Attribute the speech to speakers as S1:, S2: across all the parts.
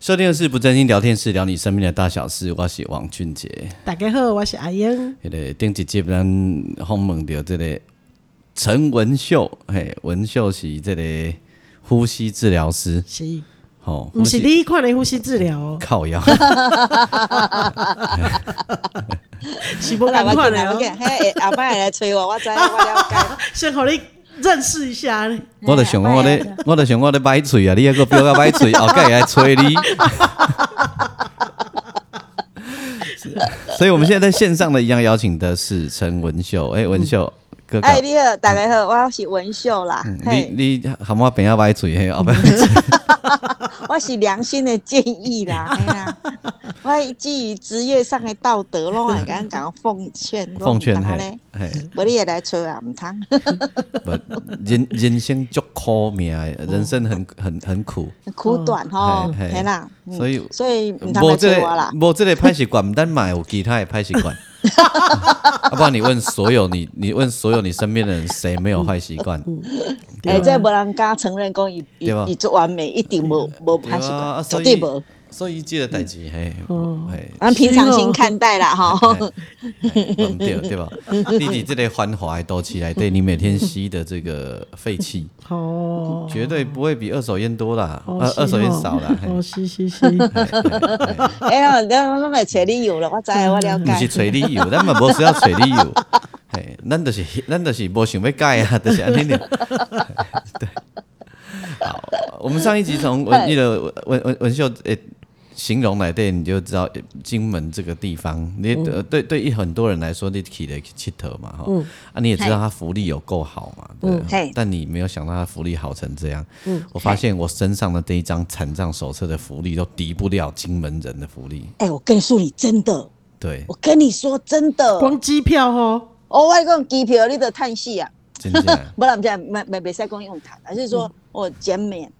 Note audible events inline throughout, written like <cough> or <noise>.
S1: 收听的是不真心聊天室，聊你生命的大小事。我是王俊杰。
S2: 大家好，我是阿英。
S1: 迄、个顶一集咱访问到这个陈文秀，嘿，文秀是这个呼吸治疗师，
S2: 是，
S1: 吼、
S2: 不是第一款的呼吸治疗
S3: <laughs>
S2: 哦，
S1: 靠腰，
S2: 是不
S3: 来
S2: 赶
S3: 我
S2: 快
S3: 见，
S2: 的
S3: 来我
S2: 哦，
S3: 见，嘿，阿爸会来催我，我知，我了
S1: <laughs>
S3: 解。
S2: 先互你认识一下。 <laughs>
S1: 我就想
S2: 哎
S1: 我咧，我就想我咧歹喙啊，你还个表个歹
S2: <laughs>
S1: 喙，后盖来催你。所以，我们现在在线上的一样邀请的是陈文秀，哎、文秀
S2: 嗯
S1: 哥哥，
S3: 哎，你好，大家好，我是文秀啦，嘿，
S1: 嗯你你喊我边啊歹嘴
S3: <laughs>
S1: 嘿，后边
S3: 我是良心的建
S1: <laughs>
S3: 议啦，哎呀，我基于职业上的道德，拢会敢讲奉劝，
S1: 奉劝
S3: 嘞
S1: 嘿，，嘿，
S3: 无你也来催啊，唔通。 <laughs>
S1: 不，人 <laughs> 人生足苦命的，人生很 <laughs> 很很苦，
S3: 苦短吼，
S1: 哦嘿嘿
S3: 嘿啦，嗯
S1: 所以
S3: 所以唔通
S1: 无
S3: 来
S1: 这嗯
S3: 催我啦
S1: 个，无这个歹习惯， <laughs> 但买有其他的歹习
S3: <laughs>
S1: 惯。要不然你问所有你你问所有你身边的人，谁没有坏习惯？
S3: 哎，这无人敢承认讲伊
S1: 啊
S3: 伊
S1: 对吧
S3: 伊做完美，一定无无拍习
S1: 啊
S3: 惯，
S1: 所
S3: 绝
S1: 以
S3: 对无。嗯
S1: 所以这个代志嘿，嘿，
S3: 俺平常心看待啦吼。
S1: 哦嘿嘿对对吧？你伫这个繁华的都市来，对你每天吸的这个废气，
S3: <laughs>
S2: 哦，
S1: 绝对不会比二手烟多啦，
S2: 哦
S1: 二
S2: 是
S1: 二手烟
S2: 哦
S1: 少啦。嘿
S2: 哦，是是
S3: <laughs>
S2: 是，
S3: <laughs> 哎呀，咱咱来找理由了，我知我了
S1: 嗯毋是
S3: 解。
S1: 找理由，咱嘛无需要找理
S3: <laughs>
S1: 由。嘿，咱就是咱就是无想要改啊，就是安
S3: <laughs>
S1: 尼尔。对，好，我们上一集从文
S3: 嘿
S1: 艺的文文文秀诶、形容来对，你就知道诶金门这个地方，你、
S3: 嗯
S1: 呃对对于很多人来说，你去的去头嘛哈、啊，你也知道它福利有够好嘛，对、
S3: 嗯嘿嗯
S1: 但你没有想到它福利好成这样。我发现我身上的这一张残障手册的福利都敌不了金门人的福利，
S3: 哎，我跟诉你真的，
S1: 对，
S3: 我跟你说真的，
S2: 光机票哦，
S3: 哦，我讲机票你得叹息啊，
S1: 真
S3: <laughs>
S1: 的。
S3: 不然这样没没没使讲用谈，而是说我减免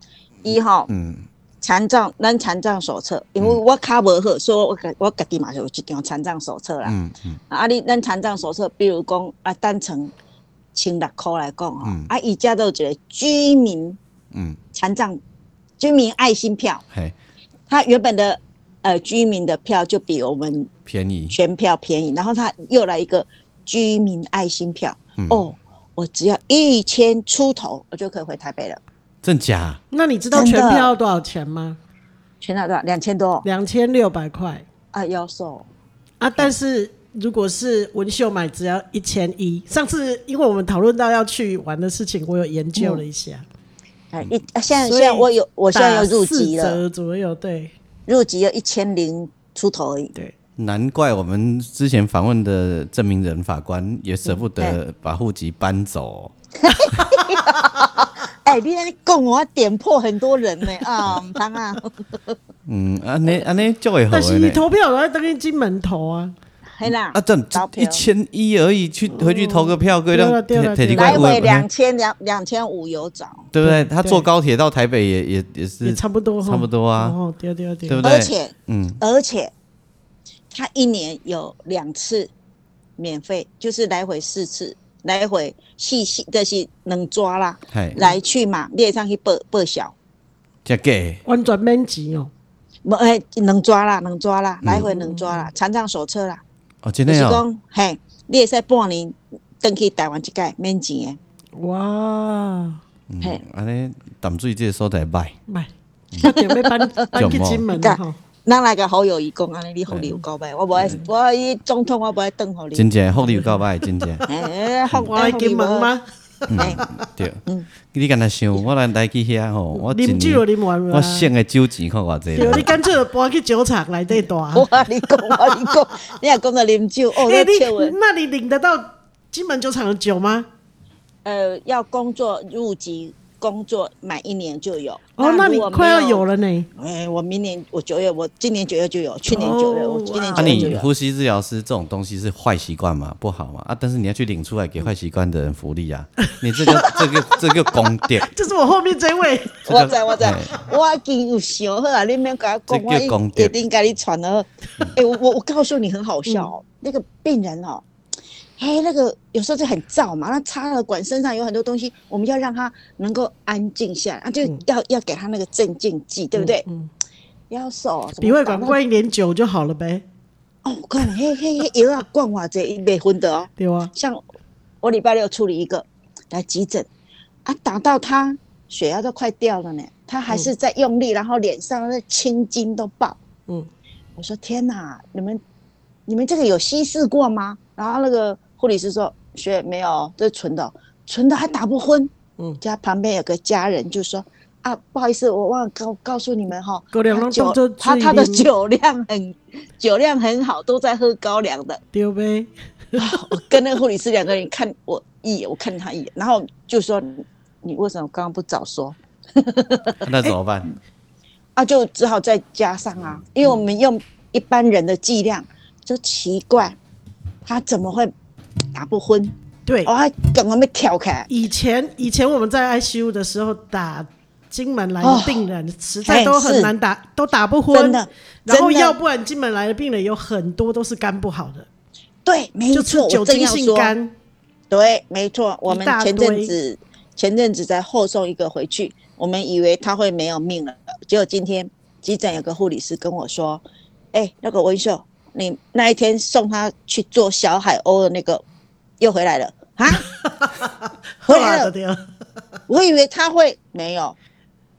S3: 一号
S1: 嗯，
S3: 残障咱残障手册，因为我卡无好，所以我家我家己嘛是有一张残障手册啦。
S1: 嗯嗯
S3: 啊，你咱残障手册，比如讲啊，单程千六箍来讲吼，
S1: 嗯
S3: 啊，伊遮都有一个居民
S1: 嗯，
S3: 残障居民爱心票，
S1: 嘿，
S3: 它原本的呃居民的票就比我们
S1: 便宜，
S3: 全票便宜，然后它又来一个居民爱心票，
S1: 嗯
S3: 哦，我只要一千出头，我就可以回台北了，
S1: 真假？
S2: 那你知道全票要多少钱吗？
S3: 全票多少？两千多哦
S2: 两千六百块
S3: 啊，妖兽。嗯
S2: 啊！但是如果是文秀买，只要一千一。上次因为我们讨论到要去玩的事情，我有研究了一下，
S3: 哎，
S1: 嗯
S3: 一啊现在
S2: 所
S3: 现
S2: 以
S3: 在我有，我现在要入籍
S2: 打四
S3: 了，
S2: 折左右，对
S3: 入籍要一千零出头而已。
S2: 对，
S1: 难怪我们之前访问的证明人法官也舍不得把户籍搬走。
S3: 哎、你安尼讲，我点破很多人呢、 <laughs> 啊，唔通啊，
S1: 嗯，安尼安尼就会好
S2: 但
S1: 的
S2: 是你
S1: 呢。
S2: 投票我要登进金门投啊，
S3: 嘿啦，
S1: 啊，这
S3: 投
S1: 一
S3: 票
S1: 千一而已，去回去投个票，各位
S2: 对了
S1: 让
S2: 对了
S1: 铁
S2: 对了
S1: 铁怪
S3: 来
S1: 物，
S3: 回两
S1: 嘿
S3: 千两两千五有找，
S1: 对不对？他
S2: 对
S1: 坐高铁到台北也也也是
S2: 也差不多，
S1: 差不多啊，
S2: 哦，对对对，
S1: 对不对？
S3: 而且
S1: 嗯，
S3: 而且他一年有两次免费，就是来回四次，来回细细这是能抓啦，
S1: 嘿，
S3: 来去嘛，你也上去报报销，
S1: 这个
S2: 完全免钱哦，
S3: 无哎能抓啦，能抓啦，来回能抓啦，残障手册啦，
S1: 嗯哦，真
S3: 就
S1: 的
S3: 是
S1: 哦，
S3: 讲嘿，你也使半年登去台湾一届免钱的。
S2: 哇，
S3: 嘿，
S1: 嗯安尼淡水这个所在歹，
S2: 买，差点被搬
S1: <laughs>
S2: 搬去金门了啊哈，
S3: 咱来个好友伊讲安尼，你福利有够歹，我无爱，我伊总统我无爱转互你。
S1: 嗯真正福利有够歹，真正
S3: 哎，福
S2: 我来金门？吗？
S3: 哎，
S1: <laughs> 对。你敢若想，我来来去遐吼，我
S2: 嗯
S1: 一
S2: 啉
S1: 年
S2: 酒啉完
S1: 我
S2: 了，啊
S1: 省的酒钱看偌济
S2: 对，你干脆就搬去酒厂来这大。
S3: <laughs>
S2: 啊
S3: 我跟你讲，我跟你讲，你若讲到啉酒，
S2: <laughs>
S3: 哦，
S2: 哎、
S3: 那笑
S2: <laughs> 你
S3: 诶。
S2: 那你领得到金门酒厂的酒吗？
S3: 呃，要工作入籍工作满一年就有。
S2: 哦，那
S3: 如
S2: 你
S3: 果
S2: 快要
S3: 没
S2: 有了呢。
S3: 哎、我明年我九月，我今年九月就有，去年九月，
S2: 哦
S3: 我今年
S2: 哇
S1: 啊，
S3: 九月就
S1: 你
S3: 有。
S1: 呼吸治疗师这种东西是坏习惯嘛，不好嘛啊，但是你要去领出来
S2: 嗯
S1: 给坏习惯的人福利啊，你这个这个这个功
S2: <laughs>
S1: 德，
S2: 这是我后面这位，
S1: 这个
S3: 我知我知
S1: 哎，
S3: 我已经有想好啊，你免甲我讲，
S1: 这叫功
S3: 我
S1: 德
S3: 一一定给你传
S1: <laughs>
S3: 了。哎、我我我告诉你很好笑、
S2: 嗯
S3: 哦，那个病人哦，哎，那个有时候就很燥嘛，那插了管身上有很多东西，我们要让他能够安静下来，啊，就要、要给他那个镇静剂，对不对？
S2: 嗯，
S3: 要手
S2: 鼻胃管灌一点酒就好了呗，
S3: 哦，我看嘿嘿嘿，药啊灌偌济，伊袂分的哦。
S2: 对吧？
S3: 像我礼拜六处理一个来急诊，啊，打到他血压都快掉了呢，他还是在用力，然后脸上那青筋都爆。
S2: 嗯，
S3: 我说天哪，你们你们这个有稀释过吗？然后那个护理师说血没有，这是纯的，哦纯的还打不昏。
S2: 嗯
S3: 家旁边有个家人就说。啊，不好意思，我忘了告告诉你们哈，
S2: 高粱拢
S3: 他酒
S2: 当作
S3: 他
S2: 醉
S3: 他的
S2: 啉
S3: 酒量很酒量很好，都在喝高粱的。
S2: 对呗，
S3: 我跟那个护理师两个人看我一眼，我看他一眼，然后就说你你为什么刚刚不早说
S1: 那怎么办？
S3: 啊？就只好再加上啊，
S2: 嗯
S3: 因为我们用一般人的剂量，就奇怪他怎么会打不昏？
S2: 对
S3: 哦，。他赶快被跳开，
S2: 以前以前我们在 ICU 的时候打金门来的病人，实在
S3: 哦哎
S2: 都很
S3: 是
S2: 难打，都打不昏
S3: 真。的，
S2: 然后
S3: 真的
S2: 要不然金门来的病人有很多都是肝不好的，
S3: 对，没
S2: 就是
S3: 错，
S2: 酒
S3: 哎我正
S2: 精
S3: 要
S2: 性
S3: 说，
S2: 肝。
S3: 对，没错，我们
S2: 一大
S3: 前
S2: 堆
S3: 阵子前阵子在后送一个回去，我们以为他会没有命了，结果今天急诊有个护理师跟我说：“哎、那个文秀，你那一天送他去做小海鸥的那个又回来了
S2: <laughs>
S3: 啊？
S2: 喝
S3: 回
S2: 了
S3: 来
S2: 的
S3: 了，
S2: 对，
S3: 我以为他会没有，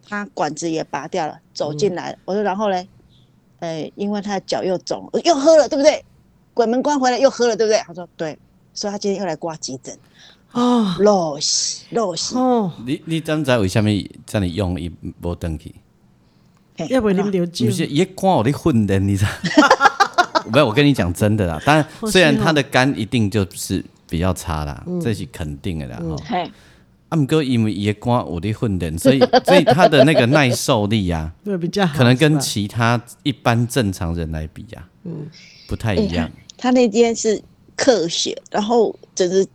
S3: 他管子也拔掉了，走
S2: 嗯
S3: 进来了。我说然后嘞，呃，因为他的脚又肿，了，又喝了，对不对？鬼门关回来又喝了，对不对？他说对，所以他今天又来挂急诊。”
S2: 哦
S3: 露西，露西，
S2: 哦，
S1: 你你知不知为什么这样用伊无登去？
S3: 嘿
S2: 要不然你们留酒
S1: 不，是，也光我的混的，你
S2: <laughs>
S1: 知道？没有，我跟你讲真的啦。当然
S2: 好，
S1: 虽然
S2: 是哦嗯
S1: 他的肝一定就是比较差啦，这是肯定的啦。吼
S3: 嘿，
S1: 啊，毋过因为伊的肝有咧混练，所以 <laughs> 所以他的那个耐受力啊，
S2: 对比较好，
S1: 可能跟
S2: 是吧嗯
S1: 其他一般正常人来比啊，不太一样。
S3: 他那天是咳血，然后整个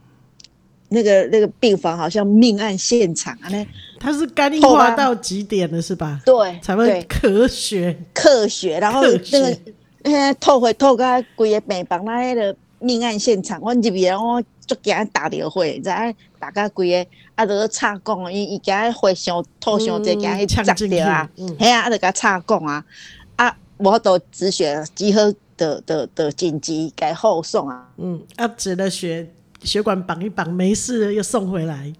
S3: 那个那个病房好像命案现场啊，那
S2: 他是肝硬
S3: 后
S2: 化
S3: 来
S2: 到极点了是吧？
S3: 对
S2: 才会
S3: 对
S2: 咳血。
S3: 咳血，然后
S2: 咳血
S3: 那个那个呃透血透到规个病房那迄个命案现场，阮入去然后我足惊打电话，你知影打到规个啊，就插讲，伊伊惊血伤透伤济，
S2: 嗯
S3: 惊去砸
S2: 呛进去
S3: 着啊
S2: 嗯，
S3: 嘿啊，啊就甲插讲啊，啊，无度止血，只好的的的紧急该后送啊。
S2: 嗯，要止了血，血管绑一绑，没事了又送回来。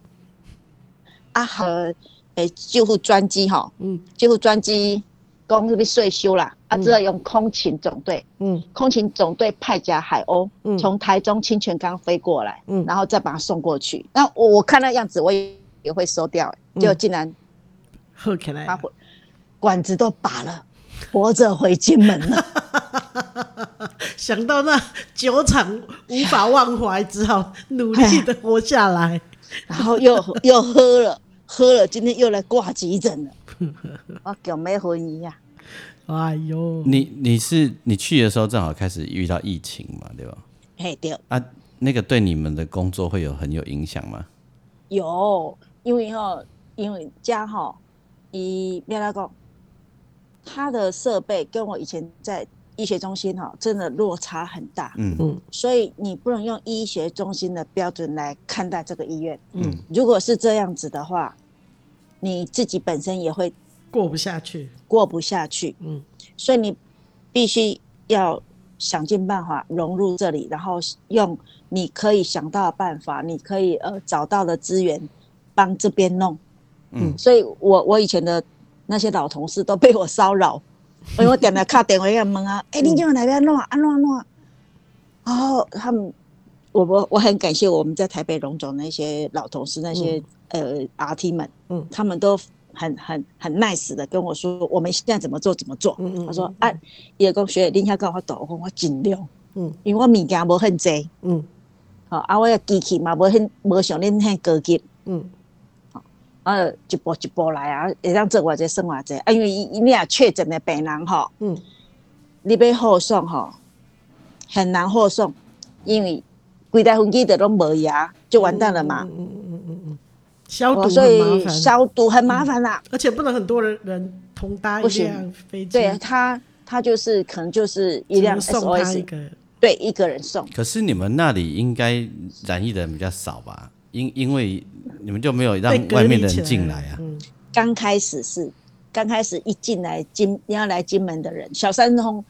S3: 啊和诶救护专机吼，
S2: 嗯
S3: 救护专机讲要税收啦，啊，只要用空勤总队，
S2: 嗯
S3: 空勤总队派架海鸥
S2: 嗯，
S3: 从、台中清泉岗飞过来，
S2: 嗯
S3: 然后再把它送过去。那我我看那样子，我也也会收掉、
S2: 嗯
S3: 欸，结果竟然
S2: 喝起来
S3: 把，火、管子都拔了，活着回金门
S2: <laughs>
S3: 了。
S2: 想到那酒厂无法忘怀，只好努力的活下来。
S3: 然后又又喝了，喝了，今天又来挂
S2: <laughs>
S3: 急诊了，我叫没婚姻呀。
S2: 哎呦，
S1: 你你是你去的时候正好开始遇到疫情嘛，对吧？
S3: 嘿，对，
S1: 啊，那个对你们的工作会有很有影响吗？
S3: 有，因为哈，因为家哈，以要来讲，他的设备跟我以前在医学中心哈，真的落差很大，
S1: 嗯
S2: 嗯
S3: 所以你不能用医学中心的标准来看待这个医院。
S1: 嗯，
S3: 如果是这样子的话，你自己本身也会
S2: 过不下去，
S3: 过不下去，
S2: 嗯，
S3: 所以你必须要想尽办法融入这里，然后用你可以想到的办法，你可以呃找到的资源帮这边弄，
S1: 嗯
S3: 所以我我以前的那些老同事都被我
S2: <laughs>
S3: 骚扰，因为我点了卡电话给他们啊，哎、你叫我来边弄啊啊弄啊弄啊，然后他们。我我我很感谢我们在台北荣总那些老同事，那些、呃 RT 们，
S2: 嗯
S3: 他们都很很很 nice 的跟我说，我们现在怎么做怎么做。
S2: 嗯嗯
S3: 他说啊，伊讲学姐，你遐跟我斗，我讲我尽量，
S2: 嗯
S3: 因为我物件无很济，
S2: 嗯
S3: 吼啊，我的机器嘛无很无像恁遐高级，
S2: 嗯
S3: 啊，一步一步来啊，会当做偌济算偌济，啊，因为伊你若确诊的病人吼，
S2: 嗯，
S3: 你要护送吼，很难护送，因为规台飞机都拢无牙，就完蛋了嘛。
S2: 嗯嗯嗯嗯嗯，消毒
S3: 哦，
S2: 很
S3: 所
S2: 麻
S3: 以
S2: 烦，嗯
S3: 消毒很麻烦啦、
S2: 而且不能很多人人同搭一
S3: 不行
S2: 辆飞机，
S3: 对他，他就是可能就是一
S2: 只
S3: 辆
S2: 能送他一
S3: SOS，
S2: 个。
S3: 对，一个人送。
S1: 可是你们那里应该染疫的人比较少吧？因因为你们就没有让
S2: 被隔
S1: 外面
S2: 离
S1: 的
S2: 起
S1: 人
S2: 来
S1: 进来啊。
S2: 嗯
S3: 刚开始是，刚开始一进来金要来金门的人，小三通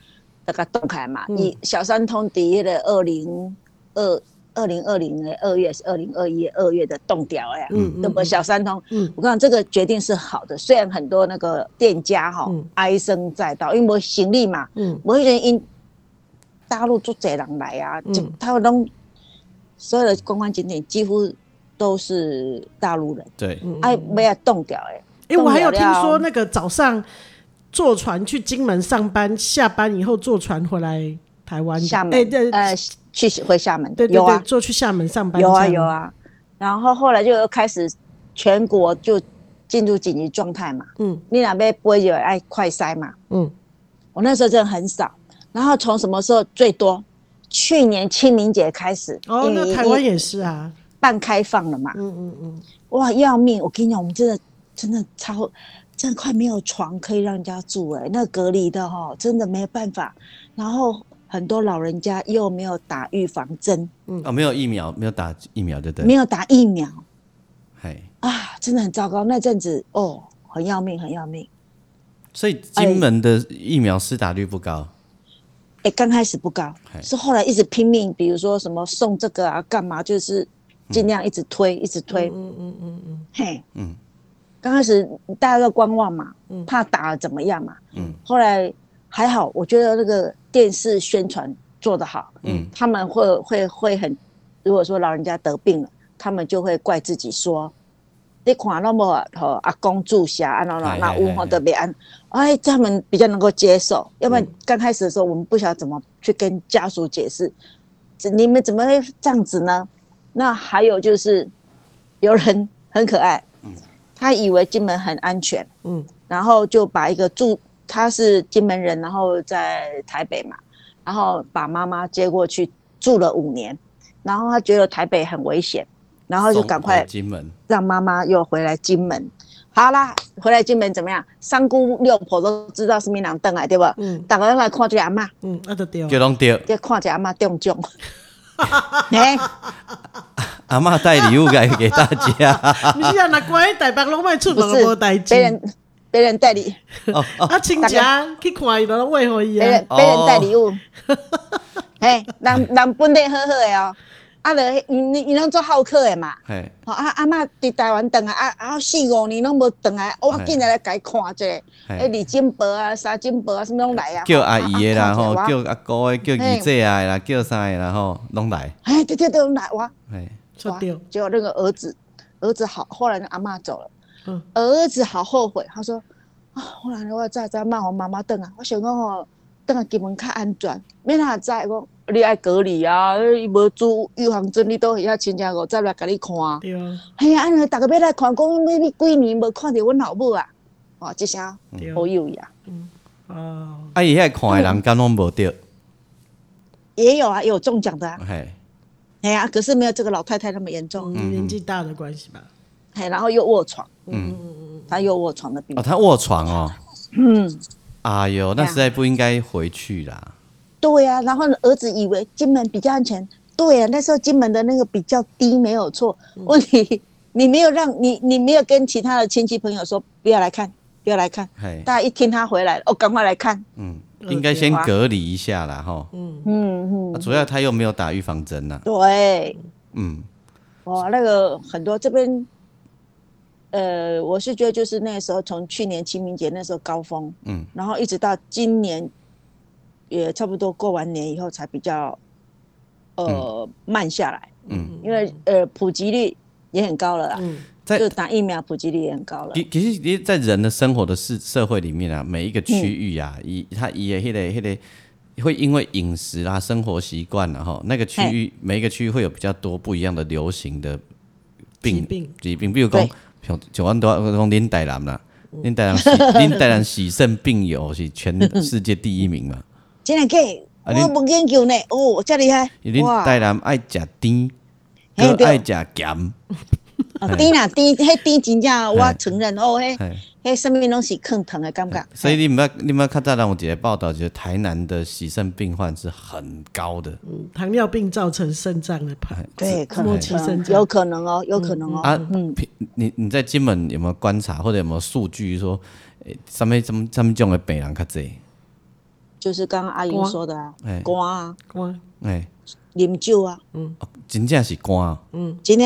S3: 大概动开嘛，
S2: 嗯
S3: 你、小三通底下的二零二二零二零的二月是二零二一二月的冻掉呀，
S2: 嗯
S3: 那么小三通，
S2: 嗯
S3: 我讲这个决定是好的，虽然很多那个店家哈、
S2: 嗯
S3: 唉声载道，因为没行李嘛，
S2: 嗯
S3: 无迄个因大陆足侪人来啊，
S2: 嗯
S3: 就他们拢所有的观光景点几乎都是大陆人，
S1: 对，
S2: 嗯，
S3: 哎、没有冻掉诶。
S2: 哎，我还有听
S3: 动不了
S2: 说那个早上坐船去金门上班，下班以后坐船回来台湾的，
S3: 厦门，
S2: 哎，对
S3: 呃，去回厦门，
S2: 对对
S3: 有
S2: 对，
S3: 啊，
S2: 坐去厦门上班，
S3: 有啊，有，啊。然后后来就开始全国就进入紧急状态嘛，
S2: 嗯
S3: 你那边不会有爱快筛嘛？
S2: 嗯，
S3: 我那时候真的很少。然后从什么时候最多？去年清明节开始，
S2: 哦，
S3: 因为
S2: 那
S3: 已
S2: 台湾也是啊，
S3: 半开放了嘛，
S2: 嗯嗯嗯，
S3: 哇，要命！我跟你讲，我们真的真的超，真的快没有床可以让人家住哎、那隔离的哈，真的没有办法。然后很多老人家又没有打预防针，
S1: 哦，没有疫苗，没有打疫苗，对不对？
S3: 没
S1: 有，
S3: 有打疫苗
S1: 嗨。
S3: 啊，真的很糟糕。那阵子哦，很要命，很要命。
S1: 所以金门的疫苗施打率不高，
S3: 哎，刚开始不高，
S1: 嘿
S3: 是后来一直拼命，比如说什么送这个啊，干嘛，就是尽量一直推，一直推。
S2: 嗯嗯嗯嗯，嗯
S3: 嘿，
S1: 嗯，
S3: 刚开始大家都观望嘛，怕打了怎么样嘛，
S1: 嗯，
S3: 后来还好，我觉得那个电视宣传做得好，
S1: 嗯，
S3: 他们会会会很，如果说老人家得病了，他们就会怪自己说，你看那么和阿公住下，啊那那
S1: 哎
S3: 那
S1: 哎
S3: 屋
S1: 哎
S3: 后特别安，哎，他们比较能够接受，要不然刚开始的时候我们不晓得怎么去跟家属解释，这你们怎么会这样子呢？那还有就是，有人很可爱，他以为金门很安全，
S2: 嗯，
S3: 然后就把一个住他是金门人，然后在台北嘛，然后把妈妈接过去住了五年，然后他觉得台北很危险，然后就赶
S1: 送
S3: 快
S1: 回哎金门，
S3: 让妈妈又回来金门。好啦，回来金门怎么样？三姑六婆都知道是闽南邓来对不？
S2: 嗯
S3: 大家都来看这个阿妈，
S2: 嗯，那就对了
S1: 叫，拢丢。
S3: 这看这个阿妈中
S2: <laughs>
S3: 奖。哎、
S1: 阿嬷带礼物给给大
S3: <laughs>
S1: 家。
S2: 你是啊要拿乖台北拢卖出
S3: 不
S2: 门都无
S3: 是
S2: 代志
S3: 别，人，别人代理，
S1: 哦哦，
S2: 啊，亲戚去看伊，都喂互伊
S3: 别
S2: 啊
S3: 人，别哎人带礼物。 <laughs> 嘿，人人本地好好的哦，啊，就因因拢做好客的嘛。
S1: 嘿，
S3: 吼、啊，阿嬷伫台湾转来，啊啊四五年拢无转来，我
S1: 嘿
S3: 今日来家看一下，
S1: 嘿
S3: 诶，李金宝啊、沙金宝啊，什么拢来啊？
S1: 叫阿姨的啦
S3: 啊
S1: 吼，
S3: 啊看一下
S1: 叫
S3: 我
S1: 阿姑的，叫姨姐的啦，叫啥的啦吼，拢来。
S3: 哎，对对对，拢来哇
S1: 嘿，
S2: 说
S3: 哇
S2: 对，，
S3: 结果那个儿子，儿子好，后来那阿嬷走了，
S2: 嗯
S3: 儿子好后悔，他说啊，后来我早早骂我妈妈转啊，我想讲吼，转啊金门较安全，免哪知讲你爱隔离啊，你无做预防针，你都遐亲戚五十来甲你看。
S2: 对哦
S3: 哎呀，安尼逐个要来看，讲你你几年无看着阮老母啊？哦，即声
S2: 对
S3: 好啊友呀，
S2: 哦，
S1: 阿姨遐啊看的人敢拢无丢，
S3: 也有啊，也有中奖的啊。
S2: 嗯
S1: 嘿，
S3: 哎呀，可是没有这个老太太那么严重。
S2: 年纪大的关系吧，
S3: 哎，然后又卧床，
S1: 嗯，
S3: 她又卧床的病
S1: 哦，。他卧床哦，
S3: 嗯，
S1: 哎呦，那
S3: 对啊
S1: 实在不应该回去啦。
S3: 对呀、然后呢儿子以为金门比较安全，对啊呀、那时候金门的那个比较低，没有错。问题你没有让你你没有跟其他的亲戚朋友说不要来看，不要来看。
S1: 嘿，
S3: 大家一听他回来了，哦，赶快来看。
S1: 嗯，应该先隔离一下啦吼。
S3: 啊嗯
S1: 啊
S3: 嗯，
S1: 主要他又没有打预防针呐，
S3: 对。
S1: 嗯，
S3: 哇，哦那个很多这边，呃，我是觉得就是那时候从去年清明节那时候高峰，
S1: 嗯，
S3: 然后一直到今年，也差不多过完年以后才比较，呃，慢下来，
S1: 嗯，
S3: 因为呃普及率也很高了啦，
S2: 嗯
S1: 在
S3: 就打疫苗普及率也很高了，
S1: 其其实你在人的生活的社社会里面啊，每一个区域啊，
S3: 嗯
S1: 以它以的迄、个迄、个会因为饮食啊、生活习惯啊，哈，那个区域每一个区域会有比较多不一样的流行的病
S2: 疾病
S1: 疾病，比如讲
S3: 对，嗯
S1: 比像像阮都讲恁台南啦，恁台南是恁台南喜肾病友是全世界第一
S3: <laughs>
S1: 名嘛。
S3: 真的假？
S1: 啊你
S3: 我无研究呢，哦，遮厉害
S1: 因为，恁台南爱食甜，
S3: 嘿
S1: 佮
S3: 对
S1: 爱食咸，哎
S3: 啊甜啦甜，迄甜真正我承认哦，迄
S1: 嘿
S3: 迄什物拢是更疼的感觉。
S1: 哎所以你毋捌你毋捌较早人有一个报道，就是台南的洗肾病患是很高的。
S2: 嗯糖尿病造成肾脏的
S1: 哎
S2: 排，
S3: 对，可
S2: 末
S3: 能
S2: 期肾脏
S3: 有可能哦，有
S2: 嗯
S3: 可能哦。
S1: 啊，平你你在金门有没有观察或者有没有数据说，诶，上面什么什么种的病人较侪？
S3: 就是刚刚阿英说的啊
S1: 哎，
S3: 肝啊，
S2: 肝。
S1: 诶、
S3: 啉酒啊，
S1: 哦真正是肝啊，
S2: 嗯
S3: 真的，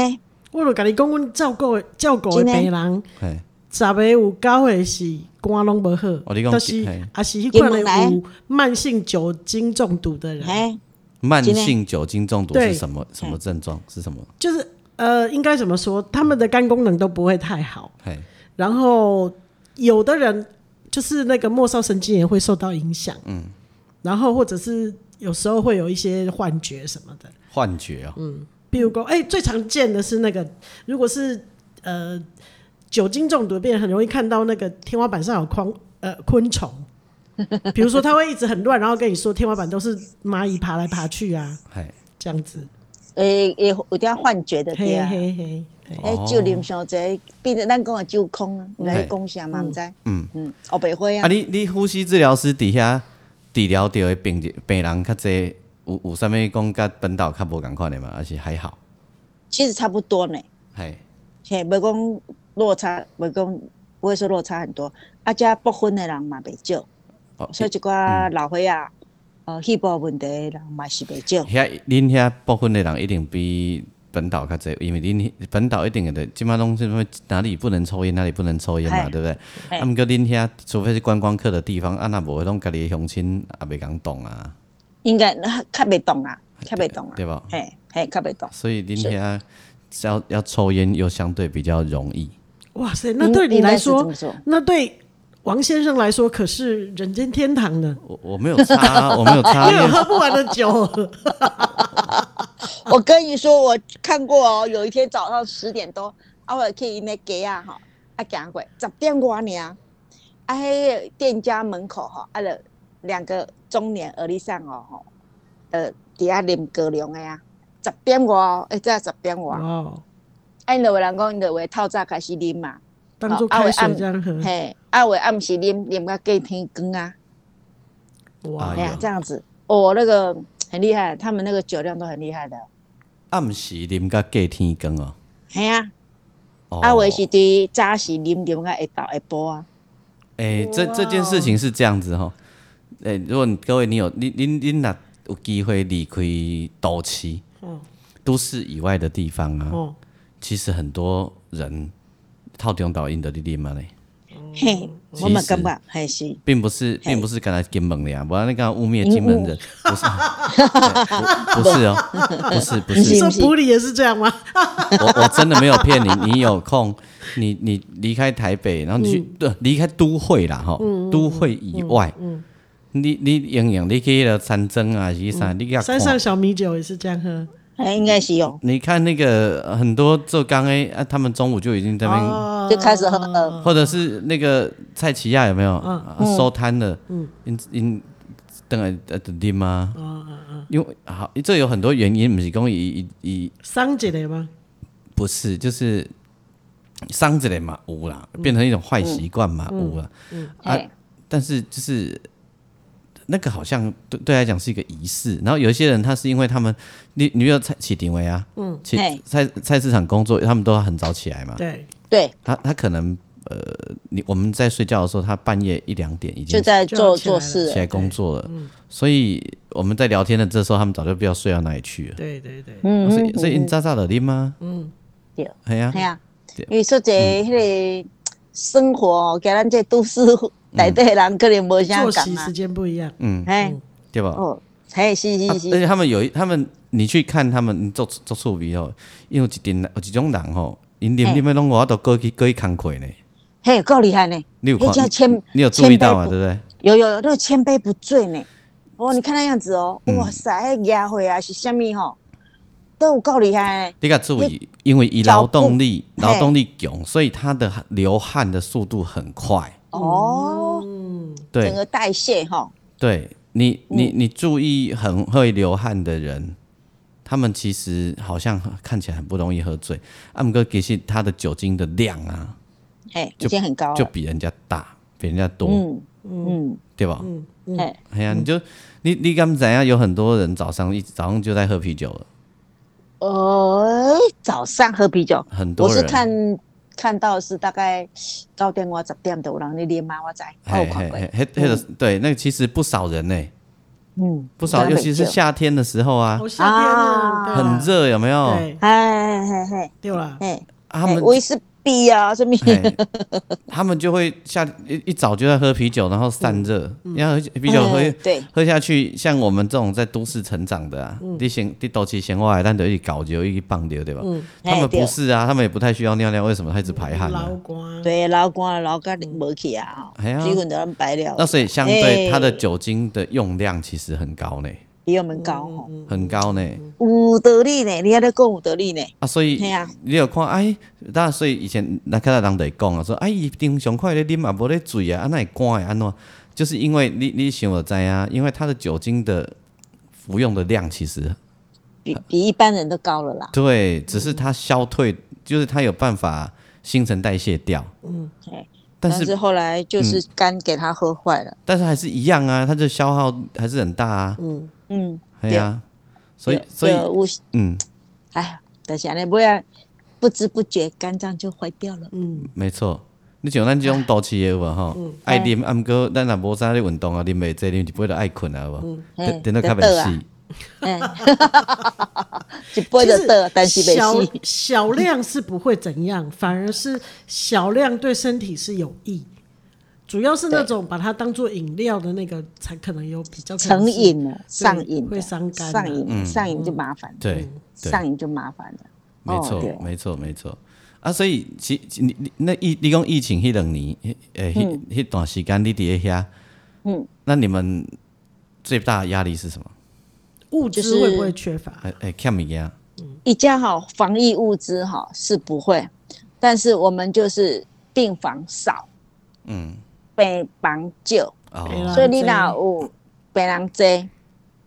S2: 我就甲你讲，阮照顾的照顾的
S3: 真的
S2: 病人，
S1: 嘿，
S2: 十个有九个是肝拢无好，
S1: 哦你讲哎
S2: 就是是
S1: 嘿
S2: 啊是迄款
S3: 英文来
S2: 的有慢性酒精中毒的人，
S3: 嘿，
S1: 慢
S3: 真的
S1: 性酒精中毒
S2: 对
S1: 是什么什么症状？是什么？
S2: 就是呃，应该怎么说，他们的肝功能都不会太好，
S1: 嘿，
S2: 然后有的人就是那个末梢神经也会受到影响，嗯，然后或者是有时候会有一些幻觉什么的，
S1: 幻觉哦，
S2: 比如说，哎、最常见的是那个，如果是呃酒精中毒的病人，很容易看到那个天花板上有框呃昆虫， <laughs> 比如说他会一直很乱，然后跟你说天花板都是蚂蚁爬来爬去啊，
S1: 嘿，
S2: 这样子，
S3: 诶，也有点幻觉的对
S2: 嘿
S3: 啊。
S2: 嘿嘿，嘿
S1: 哦
S3: 诶，酒啉伤侪，变成咱讲的酒空啊，毋知讲啥嘛，毋知。嗯嗯，黑白灰
S1: 啊，
S3: 啊，
S1: 你你呼吸治疗师底下治疗到的病病人较侪，有有啥物讲甲本岛较无共款的嘛？还是还好？
S3: 其实差不多呢。
S1: 嘿，
S3: 嘿，袂讲落差，袂讲不会说落差很多。啊，遮不婚的人嘛袂少，
S1: 哦，
S3: 所以一寡老岁仔，呃，细胞问题的人嘛是袂少。
S1: 遐恁遐部分的人一定比本岛较侪，因为恁本岛一定会的，即摆拢是什么哪里不能抽烟，哪里不能抽烟嘛，
S3: 嘿
S1: 对不对？
S3: 嘿
S1: 啊，毋过恁遐除非是观光客的地方，啊，若无拢家己的乡亲也袂讲懂啊，
S3: 应该那较袂动啦，较袂动啦，
S1: 对吧
S3: 嘿，嘿，较袂动。
S1: 所以恁遐要要抽烟又相对比较容易。
S2: 哇塞，那对你
S3: 应该
S2: 来
S3: 是这
S2: 说
S3: 么，说
S2: 那对王先生来说可是人间天堂呢，
S1: 我我
S3: <laughs>
S1: 没有差啊，我没有差，
S2: 因为有
S1: 因为
S2: 喝不完的酒，哦
S3: 我跟你说，我看过哦，有一天早上十点多，啊，我去那街啊吼，啊行过十点外尔，啊，迄个店家门口吼，啊，就两个中年儿女上哦吼，呃，伫遐啉高粱的啊，十点外哦，哎，这十点外，
S2: 哦，
S3: 啊，因就有人讲，因就为透早开始啉嘛，
S2: 当做
S3: 哦啊
S2: 开
S3: 我
S2: 水
S3: 按
S2: 这样喝，
S3: 嘿，啊，有的暗时啉啉到隔天光啊，
S2: 哇
S1: 哎
S3: 哎
S1: 呦
S3: 呀，这样子，哦，那个很厉害，他们那个酒量都很厉害的，
S1: 暗时啉甲过天光哦。
S3: 嘿啊。
S1: 哦
S3: 啊，我是伫早时啉啉啊，下昼下晡啊，
S1: 诶、哎这这件事情是这样子吼，诶、如果你各位你有你你你若有机会离开都市，
S2: 嗯
S1: 都市以外的地方啊，
S2: 哦，
S1: 其实很多人套中岛因的你啉嘛嘞，
S2: 嗯
S3: 嘿，
S1: 其
S3: 我嘛
S1: 实
S3: 感觉还是
S1: 并不是并不是刚才金门的呀，不然你刚刚污蔑金门人，不是，对不不是 <laughs> 哦，不是不是
S2: 你，说
S3: 是不是
S2: 普里也是这样吗？
S1: 我我真的没有骗你， <laughs> 你有空，你你离开台北，然后你去
S2: 嗯
S1: 对离、开都会啦，吼、都会以外，
S2: 嗯
S1: 你你永远你去了山珍啊，是啥，你要看
S2: 嗯山。上小米酒也是这样喝，
S3: 哎，应该是有，
S1: 你看那个呃很多做刚诶，啊，他们中午就已经在那边，
S2: 哦嗯
S3: 就开始喝呃，
S1: 或者是那个蔡奇亚有没有、啊收摊了？因因等下呃啉啊，
S2: 哦
S1: 因为好，这有很多原因，不是讲以以以
S2: 桑姐的吗？
S1: 不是，就是伤着脸嘛，无啦，变成一种坏习惯嘛，无啦。啊
S3: 嘿，
S1: 但是就是那个好像对对来讲是一个仪式。然后有一些人他是因为他们，你你比如说蔡启廷伟啊，嗯，去
S3: 嘿
S1: 菜菜市场工作，他们都要很早起来嘛。
S2: 对，
S3: 对，
S1: 他他可能呃，你我们在睡觉的时候，他半夜一两点已
S3: 就
S1: 经
S3: 在
S2: 就
S3: 做
S2: 要起来
S3: 做
S2: 了
S3: 事
S1: 起
S3: 了，
S1: 来工作了，所以我们在聊天的这时候，他们早就不知道睡到哪里去了。
S2: 对对对，
S3: 嗯
S1: 啊所以
S3: 嗯，
S1: 所以你早早的啉吗？嗯，
S3: 对，
S1: 哎呀
S3: 系，啊
S1: 对，嗯
S3: 因为说者迄个嗯生活哦，甲咱这都市内底的人可能无啥
S2: 作
S3: 共
S2: 息时
S3: 啊，
S2: 间不一样，
S1: 嗯，
S3: 哎，
S1: 对吧？
S3: 哦，嘿，是
S1: 啊
S3: 是
S1: 而且
S3: 是，
S1: 他们有一，他们你去看他们做做厝边吼，因为有一阵有一种人哦吼，因啉
S3: 嘿
S1: 啉的拢我都过去过去工课呢。
S3: 嘿，够厉害呢，
S1: 你有
S3: 那叫
S1: 看？你
S3: 千
S1: 你有注意到嘛？
S3: 千杯不
S1: 对不对？
S3: 有有有，那个千杯
S1: 嗯
S3: 不醉呢。哦，你看那样子哦，哇塞，那牙灰啊是虾米吼？都有够厉害。
S1: 你甲注意，因为伊劳动力劳动力
S3: 哎
S1: 强，所以他的流汗的速度很快。
S3: 哦，整
S1: 对
S3: 个嗯代谢哈，
S1: 对，你你你注意很会流汗的人，他们其实好像看起来很不容易喝醉，啊，姆哥其实他的酒精的量啊，
S3: 哎，已
S1: 就
S3: 经很高
S1: 就
S3: 了。
S1: 比人家大，比人家多，
S3: 嗯嗯，
S1: 对吧？
S3: 哎，
S1: 哎呀、你就你你敢怎样？有很多人早上一早上就在喝啤酒了，
S3: 哦，早上喝啤酒，
S1: 很多
S3: 我
S1: 人
S3: 是看看到是大概九点我十点都有人咧啉嘛，我知，我有
S1: 嘿
S3: 看过。
S1: 嘿嘿，那个对，那个其实不少人呢、
S3: 嗯，
S1: 不少，
S3: 台
S1: 尤
S3: 北
S1: 其是
S3: 就
S1: 夏天的时候啊
S2: 好，夏天啊，
S3: 啊
S2: 对啊
S1: 很，热，有没有？啊
S2: 对，
S3: 哎嘿嘿
S2: 对啦，
S3: 嘿，
S1: 他们
S3: 嘿威士忌啊，什么？
S1: 嘿他们就会下一一早就在喝啤酒，然后散热，
S2: 嗯
S1: 然后啤酒喝
S3: 哎对，
S1: 喝下去，像我们这种在都市成长的
S2: 嗯
S1: 啊，你先你斗起闲话，但得一搞就一棒流，对吧？
S2: 嗯
S1: 他
S3: 哎
S1: 们
S3: 对
S1: 不是啊，他们也不太需要尿尿，为什么他一直排汗啊
S2: 老
S1: 呢？
S2: 瓜，
S3: <laughs> 对，老干老干无去啊，
S1: 哎呀
S3: 哦，几乎都咱白了。
S1: 那所以相对
S3: 哎
S1: 它的酒精的用量其实很高呢，
S3: 比我们高吼，
S1: 很高呢。
S3: 有道理呢，你还在讲有道理呢。
S1: 啊，所以
S3: 嗯嘿啊
S1: 你有看，哎，那所以以前那看到人就会讲啊，说，哎，伊平常快咧啉嘛，无咧醉啊，啊那会肝会安怎？就是因为你你想我知啊，因为它的酒精的服用的量其实
S3: 比比一般人都高了啦。
S1: 对，只是它消退，就是它有办法新陈代谢掉，
S3: 嗯嘿
S1: 但
S3: 但
S1: 是嗯
S3: 是后来就是肝给他喝坏了。
S1: 但是还是一样啊，它的消耗还是很大啊，
S3: 嗯，
S1: 哎呀、所以
S3: 对
S1: 所以
S3: 对我
S1: 嗯，
S3: 哎，等下呢，不然不知不觉肝脏就坏掉了。
S2: 嗯
S1: 没错。你像咱这种都市的有无吼，
S3: 嗯
S1: 爱啉，啊毋过咱若无啥咧运动啊，啉袂济，啉一杯就爱困啊，有无？
S3: 嘿
S1: 等等到较
S3: 就倒
S1: 袂
S3: 啊
S1: 死。
S3: 哎， <laughs> 一杯就倒，但是
S2: 小
S3: 没死。
S2: 小量是不会怎
S1: <laughs>
S2: 样，反而是小量对身体是有益。主要是那种把它当做饮料的那个，才可能有比较可能嗯
S3: 成
S2: 是
S3: 瘾了，上瘾的
S2: 会伤肝啊嗯
S3: 上瘾，上瘾就麻烦了，
S1: 嗯对对，
S3: 嗯上瘾就麻烦了。
S1: 没
S3: 哦对
S1: 错，没错，没错。啊，所以其其你你那疫你讲疫情迄两年，迄诶
S3: 嗯
S1: 迄迄段时间你伫咧遐，嗯，那你们最大的压力是什么？
S2: 物
S3: 就
S2: 质
S3: 是
S2: 会不会缺乏？
S1: 诶诶，欠物件，
S3: 一家好防疫物资哈是不会，但是我们就是病房少，
S1: 嗯，
S3: 病房少，
S2: 对啦
S1: 哦，
S3: 啊所以你若有病人多，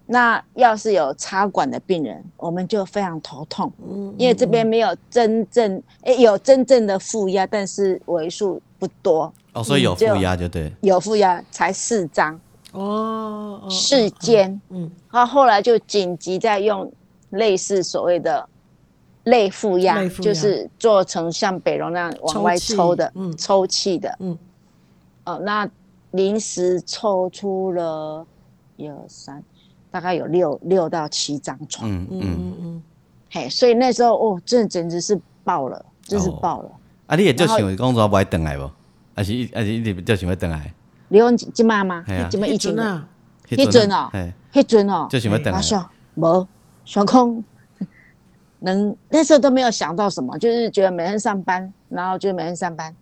S3: 那要是有插管的病人，我们就非常头痛，因为这边没有真正诶、有真正的负压，但是为数不多，
S1: 哦，所以有负
S3: 只有
S1: 压就对，
S3: 有负压才四张
S2: 哦，哦
S3: 四间，
S2: 嗯嗯
S3: 然后后来就紧急在用类似所谓的类负压，
S2: 类负压
S3: 就是做成像北荣那样往外抽的
S2: 抽气，嗯
S3: 抽气的，
S2: 嗯，
S3: 哦，那临时抽出了一二三，大概有六六到七张床，
S1: 嗯嗯，
S3: 嘿，所以那时候哦，这简直是爆了，真是
S1: 哦
S3: 爆了。
S1: 啊，你也就
S3: 然
S1: 想
S3: 后
S1: 讲说不爱等来无？还是还是你就想要等来？
S3: 你讲即妈吗？
S1: 嘿啊
S3: 即么疫
S2: 一
S3: 情
S2: 直？啊，
S1: 那
S3: 那阵哦
S1: 嘿
S3: 迄阵哦，
S1: 就想要等
S3: 我
S1: 来。
S3: 想无想讲，能那时候都没有想到什么，就是觉得每天上班，然后就每天上班。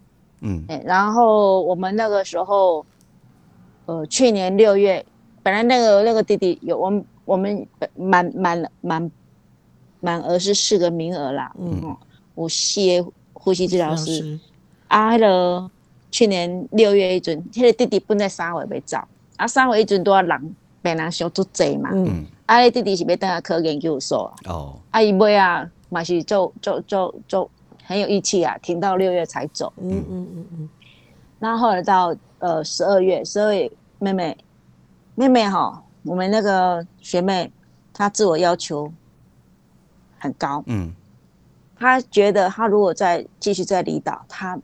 S1: 嗯
S3: 哎、然后我们那个时候，呃，去年六月，本来那个那个弟弟有我们我们本满满满满额是四个名额啦，嗯，有四个呼吸治疗
S2: 老
S3: 师，
S2: 师，
S3: 啊，迄、落去年六月迄阵，迄、个弟弟本来三月要走，啊，三月迄阵拄啊人病人伤足济嘛，
S2: 嗯
S3: 啊，迄弟弟是要等下考研究所啊，
S1: 哦，
S3: 啊，伊尾啊嘛是做做做做很有义气啊，挺到六月才走，
S2: 嗯嗯嗯嗯，
S3: 那后来到呃十二月，十二月妹妹妹妹哈，我们那个学妹她自我要求很高，
S1: 嗯
S3: 他觉得他如果再继续再离岛，他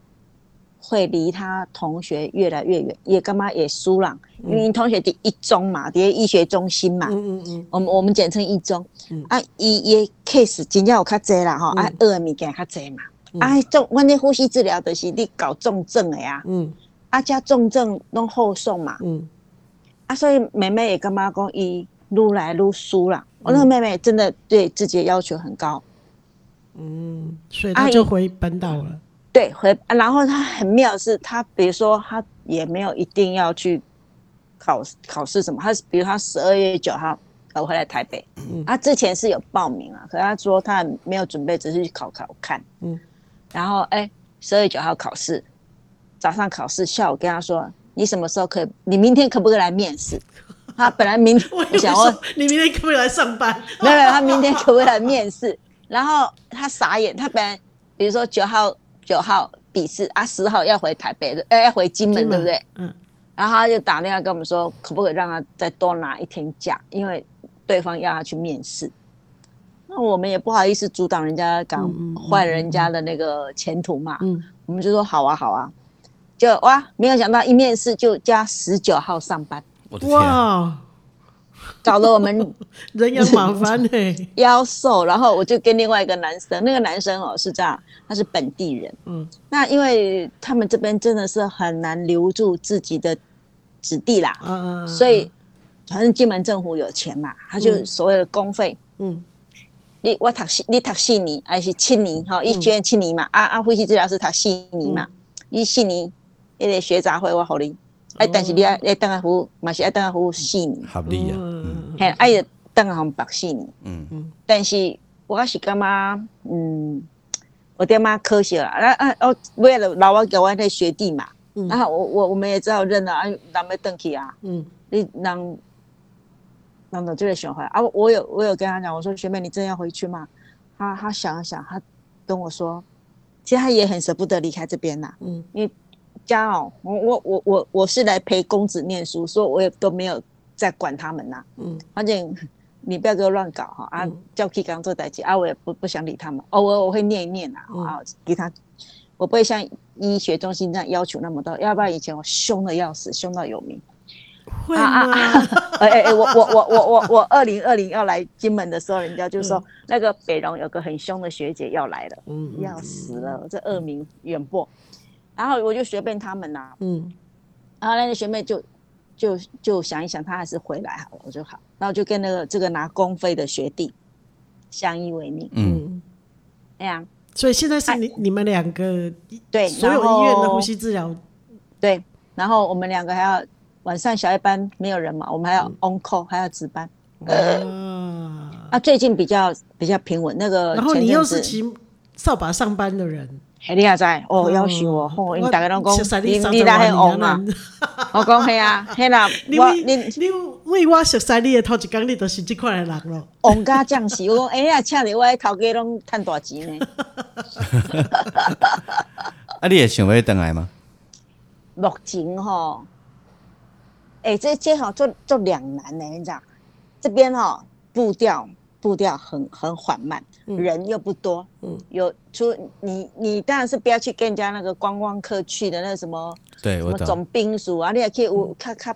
S3: 会离他同学越来越远，也干嘛也输了，因为同学第一中嘛，第一医学中心嘛，
S2: 嗯嗯嗯，
S3: 我们我们简称一中，
S2: 嗯
S3: 啊，伊伊 case 真正有较济啦吼，啊，二的物件较济嘛，
S2: 嗯
S3: 啊，重，阮那呼吸治疗就是你搞重症的呀，
S2: 嗯
S3: 啊，加重症弄后送嘛，
S2: 嗯
S3: 啊，所以妹妹也干嘛讲伊愈来愈输啦，我那个妹妹真的对自己的要求很高，
S2: 嗯，所以
S3: 阿
S2: 他
S3: 姨
S2: 就回本岛了。
S3: 对，回啊然后他很妙的是，他比如说他也没有一定要去考考试什么，他是比如他十二月九号呃跑回来台北。啊，之前是有报名啊，可是他说他没有准备，只是去考考看。
S2: 嗯
S3: 嗯，然后哎，十二月九号考试，早上考试，下午跟他说你什么时候可以？你明天可不可以来面试？他本来明
S2: <laughs> 我
S3: 我
S2: 有想
S3: 想要
S2: 说，你明天可不可以来上班？
S3: 没有没有，他明天
S2: <laughs>
S3: 可不可以来面试？然后他傻眼，他本来比如说九号九号笔试啊，十号要回台北的，呃，要回金门，对不对？？
S2: 嗯，
S3: 然后他就打电话跟我们说，可不可以让他再多拿一天假，因为对方要他去面试。那我们也不好意思阻挡人家，赶
S2: 嗯嗯嗯
S3: 坏人家的那个前途嘛。
S2: 嗯
S3: 我们就说好啊，好啊。就哇，没有想到一面试就加十九号上班，
S1: 我的天啊、
S2: 嗯哇，
S3: 搞得我们
S2: 人仰马翻
S3: <laughs>
S2: 呢。
S3: 腰瘦，然后我就跟另外一个男生，那个男生哦是这样，他是本地人，
S2: 嗯
S3: 那因为他们这边真的是很难留住自己的子弟啦，
S2: 啊啊，
S3: 所以反正金门政府有钱嘛，他就
S2: 嗯
S3: 所谓的公费，
S2: 嗯
S3: 你我读四你读四年还是七年哈，
S2: 嗯
S3: 一捐七年嘛，啊啊，呼吸治疗师读四年嘛，伊四年，迄个学杂费我互你，
S2: 哦
S3: 哎，但是你爱爱当下服务，嘛是爱当下服务四年，
S1: 合理啊，嗯
S2: 嗯
S3: 嘿，爱要当下红白四年。
S1: 嗯，
S3: 但是我是感觉，嗯，我爹妈可惜了。啊啊哦，为了老我给我那学弟嘛，
S2: 嗯
S3: 然后我我我们也只好认了啊，人要回去啊，
S2: 嗯
S3: 你人人就这个想法啊。我我有我有跟他讲，我说学妹，你真的要回去吗？他他想了想，他跟我说，其实他也很舍不得离开这边呐、
S2: 嗯
S3: 家哦，我我我我我是来陪公子念书，所以我也都没有在管他们呐、
S2: 嗯
S3: 反正你不要给我乱搞哈啊
S2: 嗯，
S3: 叫 K 刚做代志啊，我也不不想理他们。偶尔我会念一念啊，
S2: 嗯
S3: 啊，给他，我不会像医学中心这样要求那么多，要不然以前我凶的要死，凶到有名。 <laughs> 啊
S2: 会吗？
S3: 哎哎哎，我我我我我我二零二零要来金门的时候，人家就说、那个北荣有个很凶的学姐要来了，
S2: 嗯
S3: 要死了，这恶名远播。然后我就随便他们呐、
S2: 嗯
S3: 然后那个学妹就就就想一想，她还是回来好了，我就好。然后就跟那个这个拿公费的学弟相依为命，
S1: 嗯，
S2: 嗯，
S3: 哎呀，
S2: 所以现在是你你们两个
S3: 哎对，
S2: 所有
S3: 然后
S2: 医院的呼吸治疗，
S3: 对，然后我们两个还要晚上小夜班没有人嘛，我们还要
S2: 嗯
S3: on call，、还要值班。呃
S2: 啊，
S3: 啊，最近比较比较平稳，那个
S2: 然后
S3: 前
S2: 你
S3: 阵
S2: 又
S3: 子
S2: 是骑扫把上班的人，
S3: 嘿，你也知
S2: 嗯
S3: 哦，要求我，吼，因为大家拢讲，你你那很红嘛，我讲嘿啊，嘿啦，
S2: 啊 <laughs> 你
S3: 我
S2: 为
S3: 你
S2: 你为我熟悉你的头一天，你就是这款的人咯。
S3: 王家将士，我讲哎呀，请你我的头家拢赚大钱呢。
S1: 啊，你也想要回来吗？
S3: 目前吼，哎、这这吼做做两难呢、你知道？这边哈步调步调很很缓慢，人又不多，
S2: 嗯
S3: 嗯，有出你你当然是不要去跟人家那个观光客去的那什么
S1: 对，
S3: 什
S1: 我
S3: 么
S1: 懂。
S3: 总兵署啊，你也可以
S2: 嗯
S3: 有看看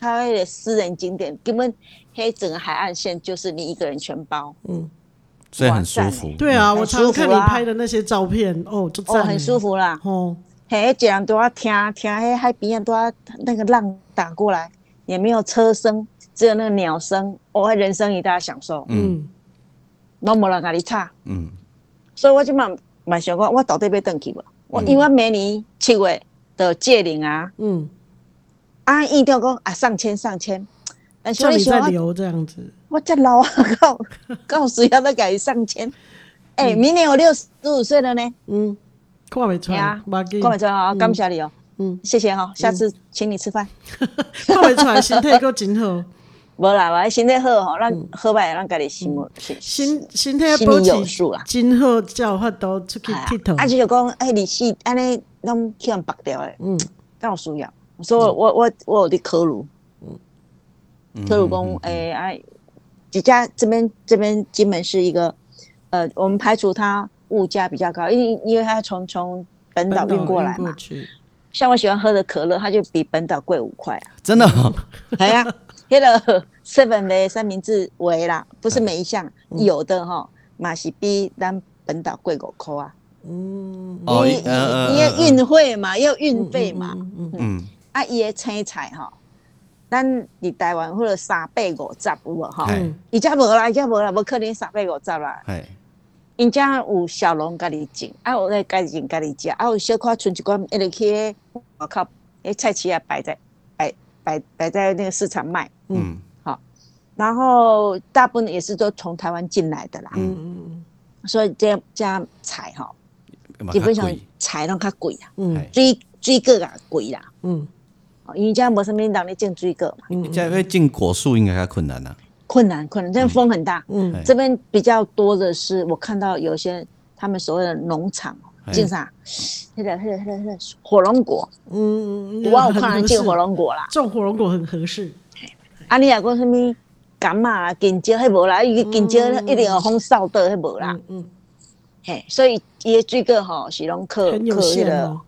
S3: 看那个私人景点，根本黑整个海岸线就是你一个人全包，
S2: 嗯，
S1: 所以很舒服。
S2: 对啊，
S3: 很
S2: 我常常
S3: 舒服
S2: 看你
S3: 啊
S2: 拍的那些照片，哦，就
S3: 哦，
S2: 赞，
S3: 很舒
S2: 服。
S3: 服啦。
S2: 哦，
S3: 嘿，一人都要听听，嘿，海边都要那个浪打过来，也没有车声，只有那个鸟声，我、哦、人生一大享受，
S1: 嗯
S2: 嗯
S3: 拢无人甲你吵。
S1: 嗯，
S3: 所以我即嘛嘛想讲，我到底要转去无？我、因为我明年七月就戒龄啊，
S2: 嗯，
S3: 啊，伊定讲啊上千上千，但是
S2: 叫
S3: 我
S2: 你
S3: 想
S2: 再
S3: 我
S2: 留这样子。
S3: 我这老啊，告告诉要再改上千，哎、明年我六十五岁了呢，
S2: 嗯，看不出
S3: 哎
S2: 来
S3: 呀，
S2: 没紧
S3: 郭美珍啊，感谢你哦，
S2: 嗯，
S3: 谢谢哈、哦，下次请你吃饭。
S2: 看不出来，身体够真
S3: <laughs>
S2: 好，
S3: 无啦，我身体好吼，咱好歹咱家己心有心
S2: 身身体要
S3: 心
S2: 保
S3: 里
S2: 持
S3: 有数啦。啊
S2: 真好，才有法度出去
S3: 哎呀
S2: 佚佗。
S3: 啊，就是讲，哎，你是安尼，拢去人绑掉诶，
S2: 嗯
S3: 敢有需要？所以我我我我有伫考虑，
S1: 嗯
S3: 考虑讲，哎哎，一家这边这边金门是一个，呃，我们排除它物价比较高，因为因为它从从本岛运过来
S2: 过
S3: 嘛，
S2: 去，
S3: 像我喜欢喝的可乐，它就比本岛贵五块啊。
S1: 真的、哦，
S3: <laughs> 哎呀，迄个 seven 的三明治为啦，不是每一项、
S1: 嗯
S3: 有的哈，嘛是比咱本岛贵五块啊。
S2: 嗯
S1: 哦
S3: 你
S1: 呃呃
S3: 你要运费嘛，要运费嘛，
S2: 嗯嗯嗯
S1: 嗯，
S3: 啊，伊的青菜吼，咱伫台湾或者三百五十有无吼？
S1: 哎
S2: 嗯
S3: 伊遮无啦，伊遮无啦，无可能三百五十啦。
S1: 哎，
S3: 因遮有小笼家己种，啊，有咧家己种家己食，啊，有小可剩一寡，一直去那个外口，迄菜市啊摆在摆摆摆在那个市场卖。
S1: 嗯，
S3: 然后大部分也是都从台湾进来的啦，
S2: 嗯嗯
S3: 所以这样这样采哈，
S1: 嘛
S3: 基
S1: 较
S3: 本上
S1: 贵，
S3: 采拢较贵啦，
S2: 嗯
S1: 嘿
S3: 水水果也贵啦，
S2: 嗯
S3: 哦因为这无什么人咧种水果嘛，
S2: 嗯
S1: 这要进果树应该较困难啊。
S3: 困难困难，这边风很大，
S2: 嗯
S1: 嘿
S3: 这边比较多的是我看到有些他们所谓的农场
S1: 哎
S3: 进啥，那个那个那个那个火龙果，
S2: 嗯，
S3: 我有看人
S2: 很合适
S3: 进火，龙
S1: <laughs>
S3: 果啦，
S2: 种火龙果很合适，
S3: 啊你若讲什么柑仔啦、香蕉迄无啦，伊香蕉一定有风扫到迄无啦
S2: 嗯，嗯，
S3: 嘿，所以伊的水果吼是拢靠靠
S2: 很有
S3: 迄
S2: 限
S3: 个
S2: 哦，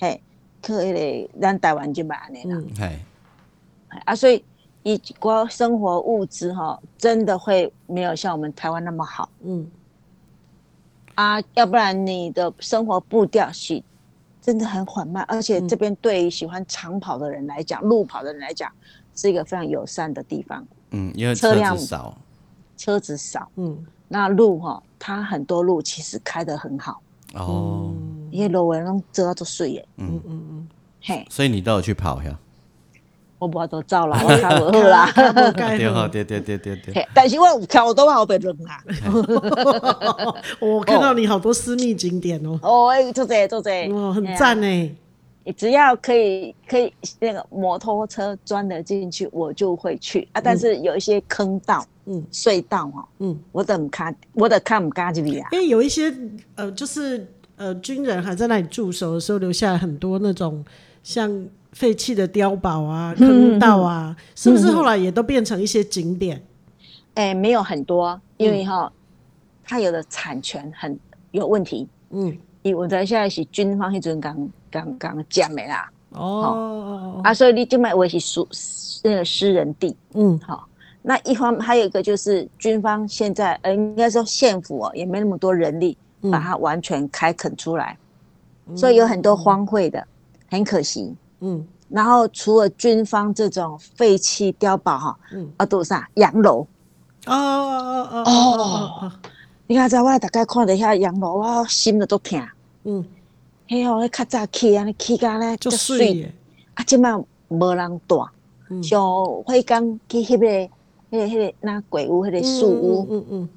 S3: 嘿，靠迄个咱台湾即安尼啦，
S2: 嗯
S1: 嘿，
S3: 啊所以。伊一寡生活物资吼，真的会没有像我们台湾那么好。
S2: 嗯
S3: 啊，要不然你的生活步调是真的很缓慢，而
S2: 嗯
S3: 且这边对于喜欢长跑的人来讲，路跑的人来讲，是一个非常友善的地方，
S1: 嗯，因为
S3: 车
S1: 车
S3: 辆
S1: 子少，
S3: 车子少，
S2: 嗯
S3: 那路哈、它很多路其实开得很好，
S1: 哦，
S3: 因为路围拢遮到做水耶，
S2: 嗯嗯
S3: 嘿，
S1: 所以你都有去跑呀？
S3: 我无都走 <laughs> 啦，我开不好
S2: 嗯，。
S3: 啦
S2: 不该
S1: 对吼，对对对对对，
S3: 嘿但是我有开我都怕我被扔啦。
S2: 我看到你好多私密景点哦，
S3: <laughs> 哦，哎，做这做这，
S2: 哦，
S3: 嘿
S2: 很
S3: 啊
S2: 赞呢，
S3: 你只要可以可以那个摩托车钻得进去，我就会去啊。但是有一些坑道、
S2: 嗯
S3: 隧道哦，
S2: 嗯，
S3: 我怎么看，我得看不看这里啊？
S2: 因为有一些呃，就是呃，军人还在那里驻守的时候，留下很多那种像废弃的碉堡啊、坑道啊，是不是后来也都变成一些景点？
S3: 哎、没有很多，因为哈、它有的产权很有问题。
S2: 嗯，
S3: 因为我知现在是军方迄阵刚刚刚占的啦，
S2: 哦，
S3: 啊，所以你这卖我是私那个私人地，
S2: 嗯
S3: 好、那一方还有一个就是军方现在呃，应该说县府、哦、也没那么多人力
S2: 嗯
S3: 把它完全开垦出来，所以有很多荒废的，很可惜。
S2: 嗯
S3: 然后除了军方这种废弃碉堡哈、
S2: 嗯，
S3: 啊，都有啥洋楼？
S2: 哦哦哦哦哦，
S3: 你看在我大概看了一下洋楼，我心都都痛。
S2: 嗯，
S3: 嘿哦，那较早起安尼起甲咧，
S2: 就
S3: 足
S2: 睡耶，
S3: 啊，即摆无人住，
S2: 嗯
S3: 像惠港去迄、个、迄、个、迄、个那鬼屋、迄、个树屋，
S2: 嗯嗯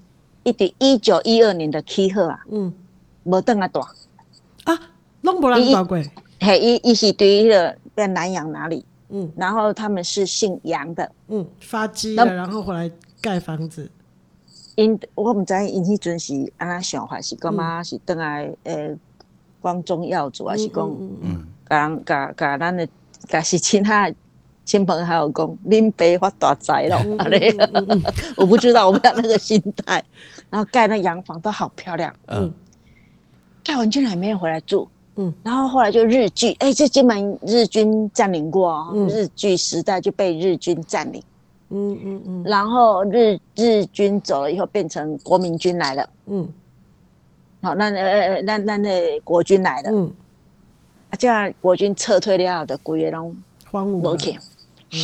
S3: 一直一九一二年的起好啊，
S2: 嗯
S3: 无等啊住。
S2: 啊，弄不啷搞鬼，
S3: 嘿，伊伊是对迄个在南洋哪里，
S2: 嗯
S3: 然后他们是姓杨的，
S2: 嗯，发鸡了，然后回来盖房子，
S3: 因我毋知因迄阵是安那想法，是干
S1: 嗯
S3: 嘛是等来诶光宗耀祖，还是讲
S1: 嗯，
S3: 甲人甲甲咱的甲是其他的亲朋好友讲，恁爸发大财咯，
S1: 嗯
S3: 安尼， <laughs> 我不知道我们有那个心态，然后盖那洋房都好漂亮，
S1: 嗯，
S3: 盖完居然没有回来住。
S2: 嗯
S3: 嗯，然后后来就日据，哎、这金门日军占领过哦，
S2: 嗯
S3: 日据时代就被日军占领，
S2: 嗯嗯嗯
S3: 然后日日军走了以后，变成国民军来了。
S2: 嗯
S3: 好，那呃，那那那国军来了，
S2: 嗯，
S3: 啊，这样国军撤退了的鬼也拢
S2: 荒芜
S3: 无，去，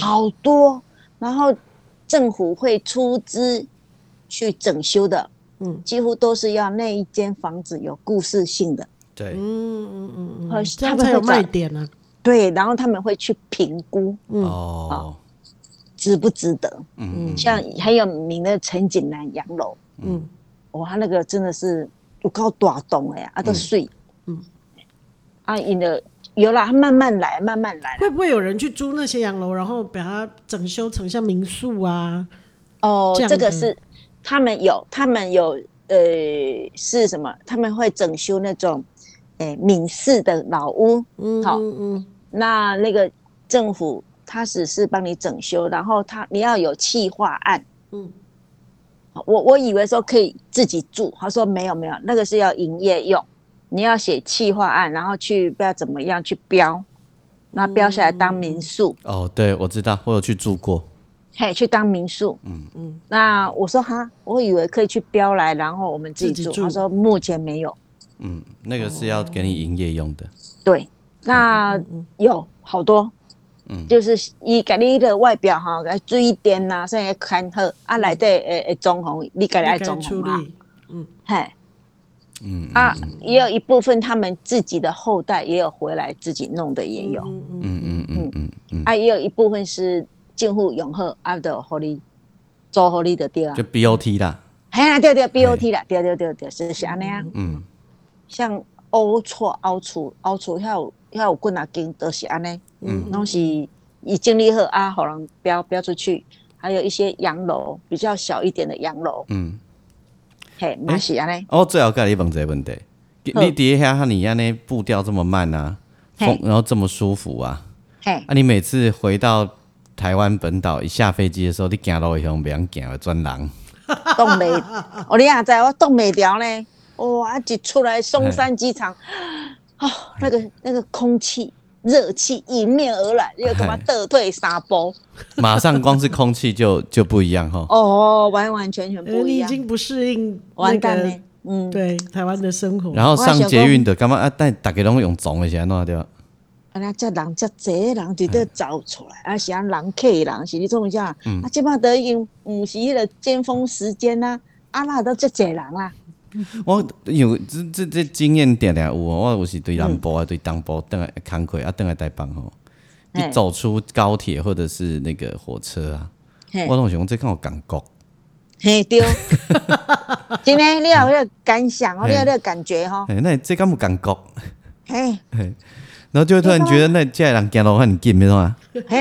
S3: 好多。然后政府会出资去整修的，
S2: 嗯
S3: 几乎都是要那一间房子有故事性的。
S1: 对，
S2: 嗯嗯
S3: 好
S2: 嗯，这样才有卖点呢。
S3: 对，然后他们会去评估
S2: 嗯
S1: 哦，
S3: 值不值得。
S1: 嗯嗯，
S3: 像很有名的陈景南洋楼，
S2: 嗯
S3: 哇，他那个真的是有够大栋哎呀，啊都水，
S2: 嗯
S3: 嗯，啊，因的有啦，慢慢来，慢慢来啦。
S2: 会不会有人去租那些洋楼，然后把它整修成像民宿啊？
S3: 哦
S2: 这，样嗯
S3: 这个
S2: 子
S3: 是他们有，他们有，呃，是什么？他们会整修那种，诶、闽式的老屋。
S2: 嗯，
S3: 好
S2: 嗯
S3: 那那个政府他只是帮你整修，然后他你要有企划案。
S2: 嗯
S3: 我我以为说可以自己住，他说没有没有，那个是要营业用，你要写企划案，然后去不要怎么样去标，那标下来当民宿，
S1: 哦，对，我知道，我有去住过，
S3: 嘿，去当民宿。
S1: 嗯
S2: 嗯
S3: 嗯。那我说哈，我以为可以去标来，然后我们自己
S2: 自
S3: 住。
S2: 己住
S3: 他说目前没有。
S1: 嗯，那个是要给你营业用的，
S3: 对，那有好多，
S1: 嗯
S3: 就是伊家你的外表哈，该水电呐，甚至看好啊，内底诶诶装潢，你家
S2: 嗯，
S3: 己爱
S2: 应该
S3: 装
S2: 处
S3: 潢嘛，
S2: 理，
S3: 嘿。
S1: 嗯
S3: 啊，也有一部分他们自己的后代也有回来自己弄的也有，
S2: 嗯嗯
S1: 嗯嗯嗯嗯嗯，
S3: 啊，也有一部分是进户永和啊的，互你做互你就对啊
S1: 就。BOT 啦，
S3: 哎呀，对对，BOT 啦，对对对对，就是安尼啊。
S1: 嗯，
S3: 像凹错、凹厝、凹厝，遐有遐有几啊间都是安尼，
S1: 嗯
S3: 拢是已经理好啊，互人标标出去。还有一些洋楼，比较小一点的洋楼，
S1: 嗯。
S3: 嘿，嘛是安尼。
S1: 哦，最后跟你问一个问题，你
S3: 好
S1: 你底下和你安尼步调这么慢啊，
S3: 嘿
S1: 风然后这么舒服啊，
S3: 嘿，
S1: 啊，你每次回到台湾本岛一下飞机的时候，你行路的时候不用行会转人，
S3: 冻袂，哦，你也知我冻袂掉呢。哦，啊，一出来松山机场，哦，那个那个空气热气迎面而来，又干嘛
S1: 嘿
S3: 倒退三步？
S1: 马上光是空气就就不一样
S3: <laughs>
S1: 哈。
S3: 哦，完完全全
S2: 呃
S3: 不一
S2: 你已
S3: 样，
S2: 经不适应那
S3: 完蛋呢
S2: 个。
S3: 嗯，
S2: 对台湾的生活，
S1: 然后上捷运的，干嘛啊？但大家拢用总的是安怎对吧？
S3: 安尼遮人遮济人伫咧走出来，啊是啊人客人是你种啥？
S2: 嗯
S3: 啊，即摆都已经毋是迄个尖峰时间啦，啊那都遮济人啊啦，
S1: 我有这这这经验点点有哦，我有时对南部啊，对东部等来工课啊，等来台北吼，你
S3: 嘿
S1: 走出高铁或者是那个火车啊，
S3: 嘿哦
S1: 我，拢想讲这看有感觉。
S3: 嘿
S2: <laughs>
S3: 对，真诶，你有迄个感想哦，
S1: 嘿
S3: 你有迄个感觉吼，
S1: 哎、那这敢有感觉？
S3: 嘿，
S1: 然后就会突然觉得那这人行路很近，没错啊。
S2: <laughs>
S3: 嘿，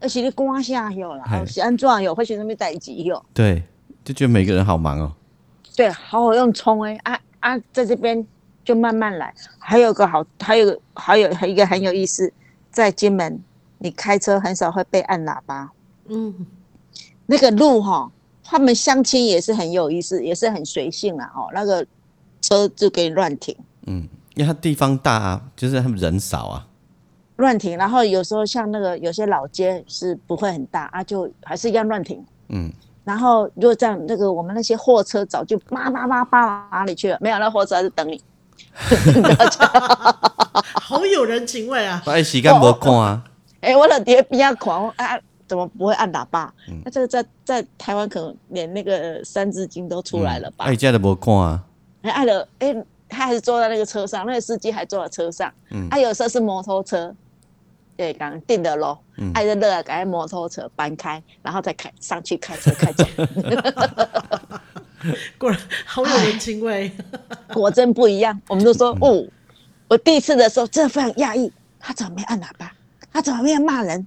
S3: 而是你赶下哟啦，
S1: 嘿
S3: 啊是安怎哟，发生什么代志哟？
S1: 对，就觉得每个人好忙哦。
S3: 对，好好用冲哎、啊啊，在这边就慢慢来。还有个好，还有个还有一个很有意思，在金门，你开车很少会被按喇叭，
S2: 嗯，
S3: 那个路哈，他们相亲也是很有意思，也是很随性啊哦，那个车就给你乱停。
S1: 嗯，因为它地方大啊，就是他们人少啊。
S3: 乱停，然后有时候像那个有些老街是不会很大啊，就还是一样乱停。
S1: 嗯，
S3: 然后如果这样，那个我们那些货车早就叭叭叭叭往哪里去了？没有，那货车还是等你。
S2: 好有人情味啊！
S1: 哎，时间无赶啊。
S3: 哎、我老爹比较狂，我啊，怎么不会按喇叭？
S1: 嗯
S3: 那这个在在台湾可能连那个三字经都出来了吧？
S1: 哎，这都无赶啊。
S3: 哎、按了，哎、他还是坐在那个车上，那个司机还坐在车上。
S1: 嗯
S3: 啊，有时候是摩托车，对，刚定的喽。
S1: 嗯
S3: 爱着热啊，赶快摩托车搬开，然后再开上去开车开走，
S2: 果然好有人情味，
S3: 果真不一样。我们都说哦，我第一次的时候真的非常讶异，他怎么没按喇叭？他怎么没有骂人？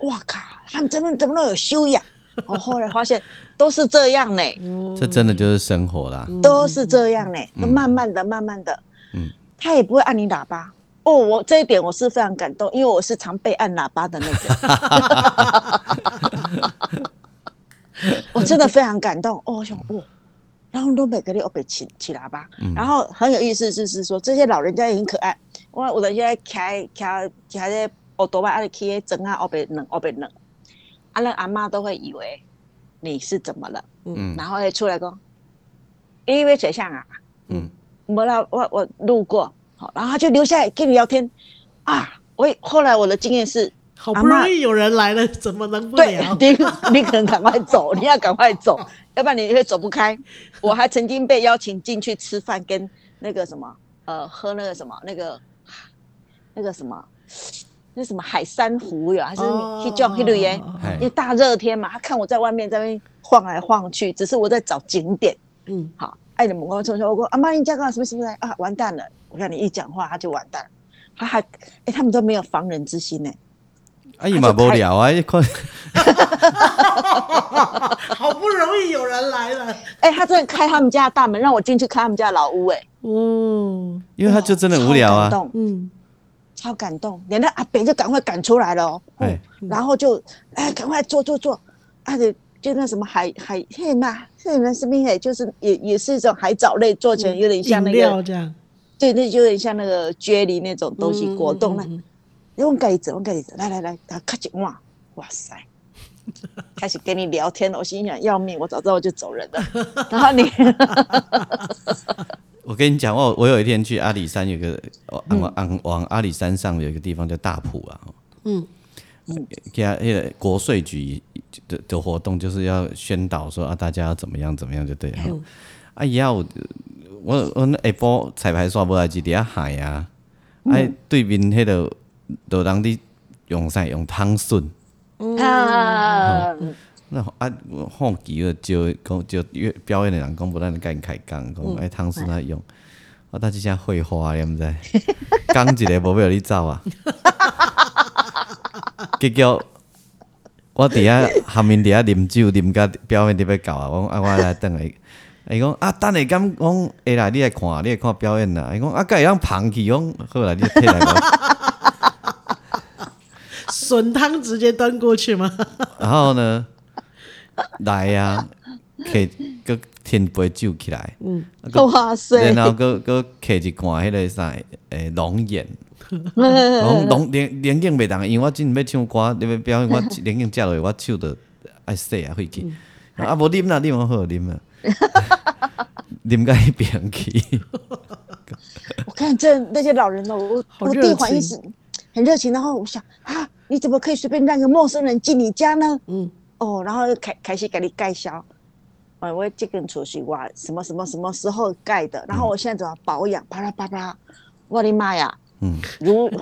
S3: 哇靠，他们怎么怎么那么有修养？我后来发现都是这样呢、
S1: 这真的就是生活啦。
S2: 嗯
S3: 都是这样呢、都慢慢的、慢慢的，
S1: 嗯
S3: 他也不会按你喇叭。哦，我这一点我是非常感动，因为我是常被按喇叭的那个，我真的非常感动。哦，我想哦，然后都每个人都哦被起起喇叭，然后很有意思，就是说这些老人家也很可爱。我有的现在开开开在奥多巴，啊，去那整啊，后边冷，后边冷，啊，那阿妈都会以为你是怎么了，
S1: 嗯
S3: 然后会出来讲，因为谁像啊？
S1: 嗯
S3: 没啦，我我路过，好，然后他就留下来跟你聊天，啊，我也后来我的经验是，
S2: 好不容易有人来了，怎么能不
S3: 对 <laughs>
S2: 聊？
S3: 你你可能赶快
S2: <laughs>
S3: 走，你要赶快走，要不然你会走不开。我还曾经被邀请进去吃饭，跟那个什么，呃，喝那个什么，那个那个什么，那什么海珊瑚有还是
S2: 哦
S3: 去叫黑绿岩，
S1: 哎
S3: 因为大热天嘛，他看我在外面在那边晃来晃去，只是我在找景点。
S2: 嗯，
S3: 好，爱你们光冲冲，我说阿妈你家干嘛什么什么的啊，完蛋了！我看你一讲话他就完蛋了，他还哎、他们都没有防人之心呢、
S1: 啊，伊嘛无聊啊，一看
S2: 好不容易有人来了，
S3: 哎、他真的开他们家的大门让我进去看他们家的老屋哎、
S2: 哦，
S1: 因为他就真的无聊
S3: 超感
S1: 啊。
S3: 动，
S2: 嗯，
S3: 超感动，连那阿北就赶快赶出来了哦，
S1: 哎
S3: 嗯然后就哎赶快坐坐坐，啊就就那什么海海嘿嘛，嘿那是边也就是也也是一种海藻类做成，有点像
S2: 饮
S3: 那
S2: 料
S3: 个
S2: 这样，
S3: 对，那就有点像那个啫喱那种东西
S2: 嗯
S3: 果冻啊
S2: 嗯嗯
S3: 那
S2: 嗯
S3: 用盖子，用盖子，来来来，他咔一哇，哇塞， <laughs> 开始跟你聊天了。我心想要命，我早知道我就走人
S2: <laughs>
S3: 了。然后你，
S1: 我跟你讲，我我有一天去阿里山，有个往往往阿里山上有一个地方叫大埔啊。
S2: 嗯
S1: 嗯，给他那个国税局的的活动，就是要宣导说啊，大家要怎么样怎么样就
S3: 哎
S1: 对了。啊，也有我我那下晡彩排煞无来去伫遐海啊，哎、对面迄个
S2: 嗯
S1: 就人伫用啥用汤笋，
S3: 啊，
S1: 那啊，我好奇了，就讲就约表演的人讲，不咱甲因开讲，讲哎汤师那用，啊，但即声废话，你毋知？讲一个无要你走啊！ <laughs> 结果我伫遐下面伫遐啉酒，啉甲表演伫要到啊！我讲啊，我来等伊。伊讲啊，等下敢讲会啦，你来看，你来看表演啦。伊讲啊，敢会当捧起，讲好啦，你退来讲。
S2: 笋汤直接端过去吗？
S1: 然后呢，来呀、啊，摕个添杯酒起来，嗯，
S3: <laughs> 哇塞，
S1: 然后个个摕一罐迄个啥，诶，龙眼，龙龙龙眼袂当，因为我真要唱歌，你要表演 <laughs> 我龙眼食落，去，我手着爱洗啊，会去，啊，无啉啦，啉好好 <laughs> 啉啦，啉到迄边去，
S3: 我看这那些老人哦，我
S2: 好
S3: 我
S2: 热
S3: 第一反应
S2: 情
S3: 是很热情，然后我想啊，你怎么可以随便让个陌生人进你家呢？
S2: 嗯
S3: 嗯，哦，然后开开始给你介绍，哎，我这根储蓄哇，什么什么什么时候盖的，然后我现在怎么保养，啪啦啪啦，我的妈呀，
S1: 嗯，
S3: 如，
S1: <laughs>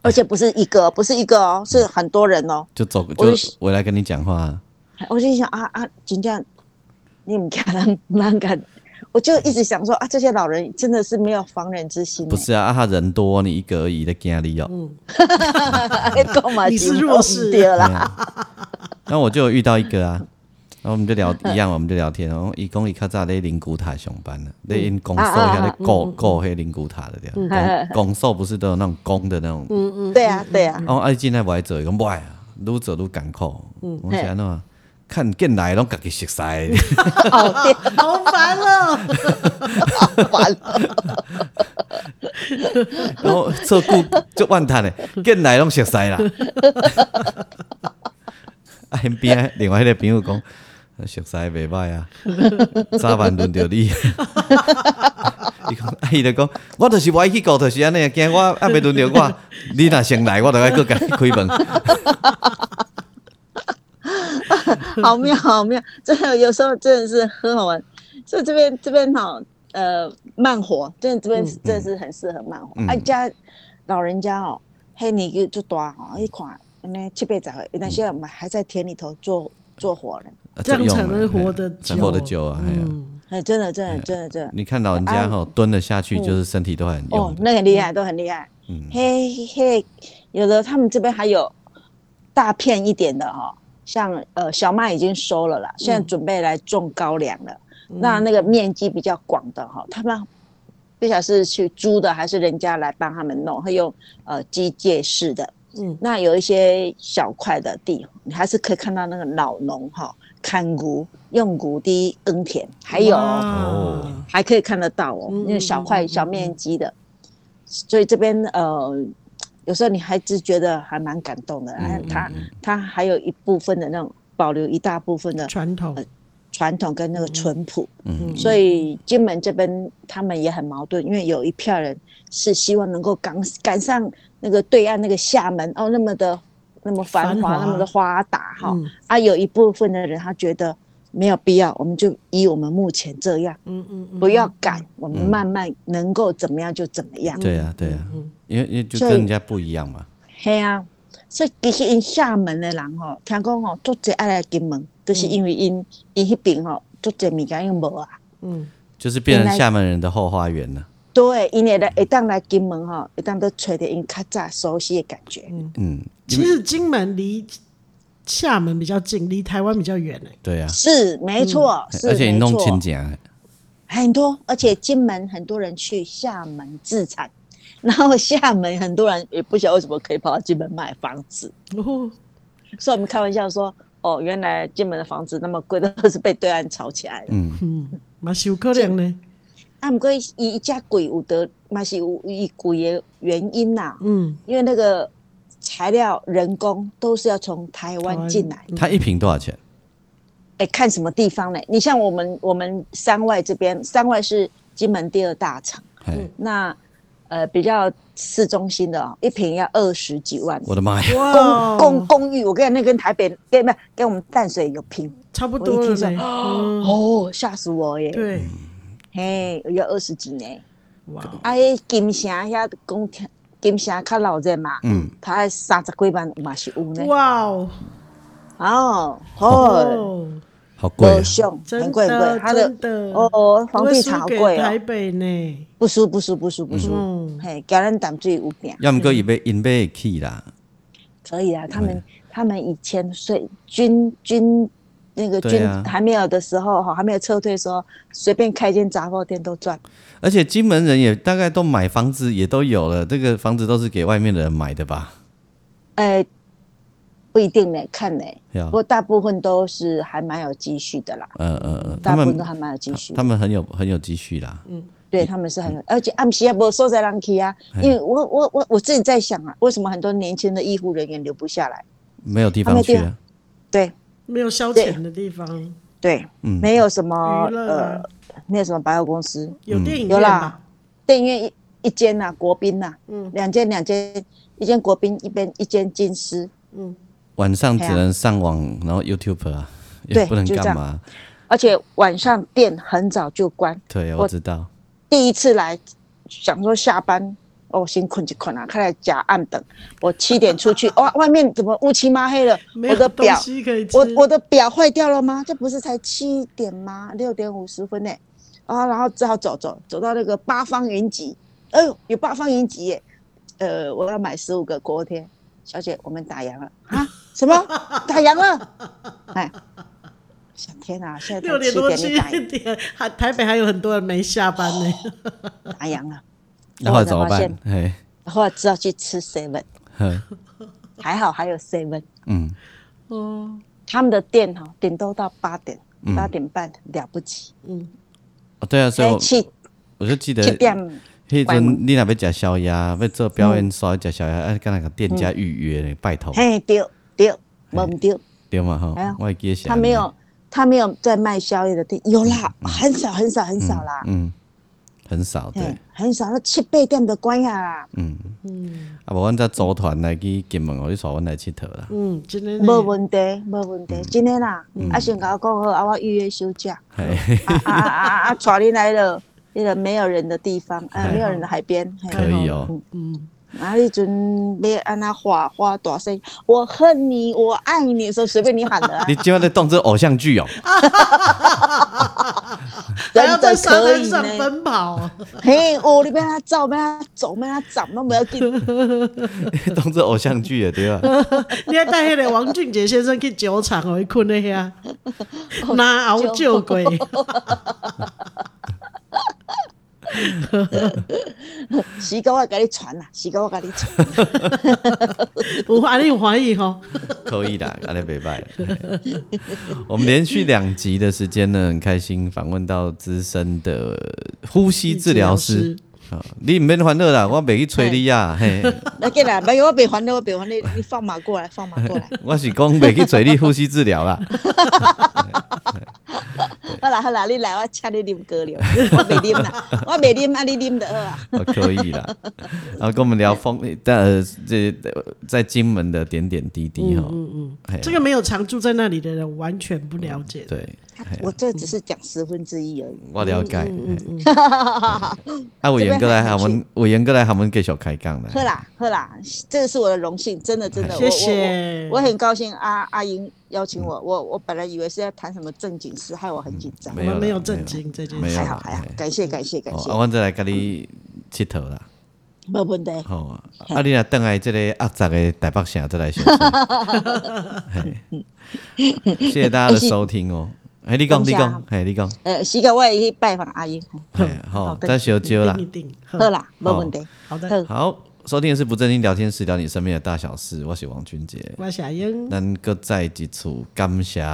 S3: 而且不是一个，不是一个哦，是很多人哦，
S1: 就走
S3: 我
S1: 就是回来跟你讲话啊，
S3: 我就想啊啊，真正你唔敢啷啷敢，我就一直想说啊，这些老人真的是没有防人之心欸，
S1: 不是啊，啊他人多，你一个而已在惊你哦。
S3: <laughs> 干嘛
S2: 你是弱势
S3: 对啦。
S1: 然后我就有遇到一个啊，然后我们就聊一样，我们就聊天。然后伊讲伊较早咧灵骨塔上班呢，咧因公所遐咧搞搞迄灵骨塔的对啊。公公所不是都有那种公的那种，
S2: 嗯
S3: 对啊，对啊，
S1: 哦，爱进来不爱做，伊讲不爱啊，愈做愈艰苦。我是安怎样？看见来拢家己熟悉，
S2: 好烦哦、
S1: <laughs>
S3: 完了，
S1: 然后做久足怨叹的，见来拢熟
S2: <laughs>
S1: 悉啦。啊，因边的另外迄个朋友讲，熟悉袂歹啊，早晚轮到你。伊讲，啊，伊就讲，我就是歪去顾，就是安尼，惊我啊袂轮到我，你若先来，我就爱搁甲你开门。
S3: <laughs> 好妙，好妙，真的有时候真的是很好玩。所以这边这边哈，呃，慢活，真的这边真的是很适合慢活。
S1: 嗯
S3: 啊，家老人家哦，嘿，你就就大哦，一看那七八十岁，那些我们还在田里头做做活呢。
S1: 啊
S2: <laughs> 这样
S1: 用
S2: 才能
S1: 了
S2: 活
S1: 嘿
S2: 得
S1: 才
S2: 久嗯
S1: 活得久啊！嘿啊
S3: 哎，真的，真的，真的，真的，
S1: 你看老人家吼蹲了下去，就是身体都很
S3: 啊哦
S1: 用，力。
S3: 那很厉害，都很厉害。
S1: 嗯，
S3: 嘿嘿，有的他们这边还有大片一点的哦，像呃小麦已经收了
S2: 嗯
S3: 啦，现在准备来种高粱了。那那个面积比较广的哈、他们不晓得是去租的还是人家来帮他们弄，会用呃机械式的。
S2: 嗯
S3: 那有一些小块的地，你还是可以看到那个老农哈、看谷、用谷地耕田，还有
S2: 哇
S1: 哦
S3: 还可以看得到哦，
S2: 嗯
S3: 那个小块
S2: 嗯嗯
S3: 小面积的，所以这边呃，有时候你还是觉得还蛮感动的。哎
S1: 嗯，
S3: 他
S1: 嗯嗯
S3: 他还有一部分的那种保留一大部分的
S2: 传统
S3: 传统跟那个淳朴，
S1: 嗯
S3: 所以金门这边他们也很矛盾，因为有一票人是希望能够赶赶上那个对岸那个厦门哦，那么的那么繁华，
S2: 繁华
S3: 那么的发达哈、
S2: 嗯
S3: 啊，有一部分的人他觉得没有必要，我们就以我们目前这样。
S2: 嗯嗯嗯，
S3: 不要赶，我们慢慢能够怎么样就怎么样。
S1: 对啊，对啊，因为因为就
S3: 嗯所
S1: 跟
S3: 以
S1: 人家不一样嘛。
S3: 嘿啊，所以其实因厦门的人吼，听讲吼，足侪爱来金门，就是因为因因迄边吼，足侪物件用无啊。
S2: 嗯
S1: 就是变成
S3: 原来
S1: 厦门人的后花园了。
S3: 对，因会来会当来金门吼，会当都找着因较早熟悉的感觉。
S1: 嗯，
S2: 其实金门离厦门比较近，离台湾比较远哎、
S1: 对啊，
S3: 是没错，是
S1: 嗯而且你
S3: 没
S1: 弄
S3: 错
S1: 亲戚啊，
S3: 很多，而且金门很多人去厦门自产，然后厦门很多人也不晓得为什么可以跑到金门买房子。
S2: 哦，
S3: 所以我们开玩笑说，哦，原来金门的房子那么贵， <laughs> 都是被对岸炒起来的。
S1: 嗯，
S2: 嗯，嘛是有可能呢，
S3: 啊，不过伊价贵有得，嘛是有伊贵的原因呐、
S2: 嗯，
S3: 因为那个材料、人工都是要从台湾进来。
S1: 他一瓶多少钱？
S3: 哎、看什么地方呢？你像我们我们三外这边，三外是金门第二大厂，
S1: 嘿，
S3: 那呃比较市中心的、哦，一平要二十几万。
S1: 我的妈呀！
S2: 哇
S3: 公
S2: 哦，
S3: 公公寓，我跟你讲，那跟台北跟不跟我们淡水有拼
S2: 差不多了呢，嗯
S3: 哦，吓死我耶！
S2: 对，
S3: 嘿，有二十几年。
S2: 哇哦，
S3: 啊，迄金城遐讲听，金城较闹热嘛，
S1: 嗯
S3: 他三十几万嘛是有呢。
S2: 哇哦，
S3: 哦哦，
S1: 好贵啊
S3: 高，雄
S2: 真
S3: 很贵很
S2: 的
S3: 贵，它的
S2: 真的
S3: 哦
S2: 不
S3: 房
S2: 会
S3: 地
S2: 输
S3: 产好
S2: 给
S3: 贵
S2: 台
S3: 哦，
S2: 北呢，
S3: 不输不输不输不输，
S2: 嗯，
S3: 嘿，给人淡水有饼，
S1: 要么过伊要因要去啦，
S3: 可以啊，他们他们以前随军军。那个
S1: 对
S3: 军
S1: 啊
S3: 还没有的时候哈，还没有撤退的时候，随便开一间杂货店都赚。
S1: 而且金门人也大概都买房子也都有了，这个房子都是给外面的人买的吧？
S3: 哎，不一定呢，看呢。
S1: 对啊
S3: 不过大部分都是还蛮有积蓄的啦，
S1: 嗯嗯嗯，
S3: 大
S1: 他
S3: 部分都
S1: 们
S3: 还嗯蛮有积蓄的
S1: 他。们很有很有积蓄啦，
S3: 对他们是很有，而且暗时也无所在人去啊。
S1: 嗯
S3: 因为我我我我自己在想啊，为什么很多年轻的医护人员留不下来？
S1: 没有地
S3: 他
S1: 方
S3: 们
S1: 去
S3: 地
S1: 啊，
S3: 对
S2: 没有消遣的地方，
S3: 对，
S1: 嗯
S3: 没有什么
S2: 娱乐啊
S3: 呃，没有什么百货公司，
S2: 有电影
S3: 嗯有
S2: 院
S3: 啦
S2: 吧？，
S3: 电影院一一间呐，国宾呐，
S2: 嗯
S3: 两间两间，一间国宾，一边一间金狮。
S2: 嗯，
S1: 晚上只
S3: 对啊
S1: 能上网，然后 YouTube 啊，也
S3: 对
S1: 不能
S3: 就这
S1: 干
S3: 样
S1: 嘛。
S3: 而且晚上店很早就关，
S1: 对，啊
S3: 我
S1: 我知道。
S3: 第一次来，想说下班哦，先困就困啊，看来假暗等。我七点出去， <laughs> 哇，外面怎么乌漆嘛黑了？
S2: 没
S3: 我的
S2: 有东
S3: 表，
S2: 西可以吃，
S3: 我我的表坏掉了吗？这不是才七点吗？六点五十分呢、啊，然后只好走走走到那个八方云集，哎呦，有八方云集耶、呃，我要买十五个锅贴，小姐，我们打烊了啊？
S2: <laughs>
S3: 什么打烊了？哎，想天哪、现在
S2: 六
S3: 才
S2: 点
S3: 七
S2: 多
S3: 点
S2: 七
S3: 你打烊
S2: 点，还 <laughs> 台北还有很多人没下班呢。
S3: <laughs> 打烊了，
S1: 然后
S3: 我
S1: 怎么
S3: 才发
S1: 办
S3: 现？
S1: 哎，
S3: 后来只好去吃 seven。
S1: 呵
S3: 还好还有 seven，
S1: 嗯，
S2: 哦，
S3: 他们的店哈、顶多到八点
S1: 嗯，
S3: 八点半、了不起。
S1: 哦对啊，所以
S3: 哎，
S1: 我
S3: 七
S1: 我就记得
S3: 七点
S1: 迄
S3: 关门
S1: 阵你若要食宵夜，要做表演煞食宵夜，啊，敢若甲店家预约呢，拜托，
S3: 嘿对对，没不对，
S1: 对嘛吼
S3: 哎呀，
S1: 我会记得是
S3: 他
S1: 安尼
S3: 没有他没有在卖宵夜的店，有啦，很少很少很
S1: 嗯
S3: 少啦，
S1: 嗯，很少对
S3: 嘿，，很少，那七八点就关下啦，
S1: 嗯，
S2: 嗯
S1: 啊无阮则组团来去金门，互你带阮来佚佗啦，
S2: 嗯，今天
S3: 没问题没问题，真的啦，啊先跟我讲好，啊我预约休假，
S1: 嘿， <laughs>
S3: 啊啊啊啊啊，带你来了。那个没有人的地方，
S1: 哎
S3: 呃，没有人的海边，嘿
S1: 可以哦，
S2: 嗯，
S3: 啊，迄阵要安那画画大声，我恨你，我爱你，说随便你喊的、
S1: <laughs>
S3: 啊
S1: 你，今晚在当这偶像
S3: <laughs>
S1: 剧哦，
S2: 还要
S3: 真
S2: 在
S3: 的
S2: 沙
S3: 可
S2: 滩
S3: 以
S2: 上
S3: 呢。
S2: 奔
S3: <laughs>
S2: 跑，
S3: 嘿，哦，你被他照，被他走，被他长，都不要紧。
S1: 当这偶像剧的对吧？
S2: 你还带迄个王俊杰先生去酒厂哦，伊困咧遐，
S3: <laughs>
S2: 拿熬酒鬼，
S3: 时间我给你啊传啦，时间我给你传。
S2: 有安尼有怀疑吼，
S1: 可以啦，阿来北拜。我们连续两集的时间呢，很开心访问到资深的呼吸治疗师。啊，你唔免烦恼啦，我袂去催你啊，嘿，
S3: 那紧啦，没有我别还了，我别还你，你放马过来，放马
S1: <laughs>
S3: 过来。
S1: 我是讲袂去催你呼吸治疗啦。 <laughs>
S3: 好啦好啦，你来，我请你啉哥了，我没啉啦，我没啉，啊你啉的好
S1: <laughs>
S3: 啊。
S1: 哦，可以啦。然后跟我们聊风，呃，这呃在金门的点点滴滴哈，嗯嗯，
S2: 这个没有常住在那里的人完全不了解。
S1: 对，啊
S3: 我这只是讲十分之一而已。
S1: 我了解。嘿啊，委员哥来喊我们，委员哥来喊我们继续开讲
S3: 喝
S1: 啦。
S3: 啦喝啦，这个是我的荣幸，真的真的，
S2: 谢
S3: 我
S2: 谢
S3: 我我我很高兴阿阿英邀请我，我我本来以为是要谈什么正经事，害我很紧张
S2: 我
S1: 嗯没，
S2: 们没
S1: 有
S2: 有
S1: 啦
S2: 震惊这件
S1: 没
S2: 事
S1: 有，
S3: 还
S1: 啦
S3: 好还好
S1: 哎，
S3: 感谢感谢感
S1: 哦，
S3: 谢
S1: 啊，，阮再来甲你佚佗啦。
S3: 没问题，
S1: 吼、啊，你若等来即个压杂的台北城再来相
S3: <laughs>
S1: 信嘿谢谢大家的收听哦。哎，你讲，你
S3: 感谢
S1: 讲，哎，你讲，
S3: 呃，时间我也去拜访阿英，
S1: 哎，
S3: <laughs>
S1: 好，
S3: 好的
S1: 咱小招
S3: <laughs>
S1: 啦
S2: 一。定好
S3: 喝啦，没问题，
S2: 好的，
S3: 喝，
S1: 好，收听的是不正经聊天室，聊你身边的大小事。我是王俊杰，
S2: 我是阿
S3: 嗯
S2: 英
S1: 咱搁再一次感谢，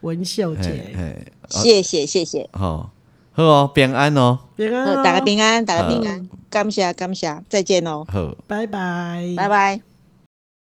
S2: 文秀
S1: 嘿，
S2: 姐，
S1: 嘿，
S3: 谢谢谢谢，
S1: 好、好哦，平安哦，
S2: 平安
S3: 呃
S2: 哦，
S3: 大家平安，大家平安，感谢感谢，再见哦，
S1: 好。
S2: 拜拜，
S3: 拜拜。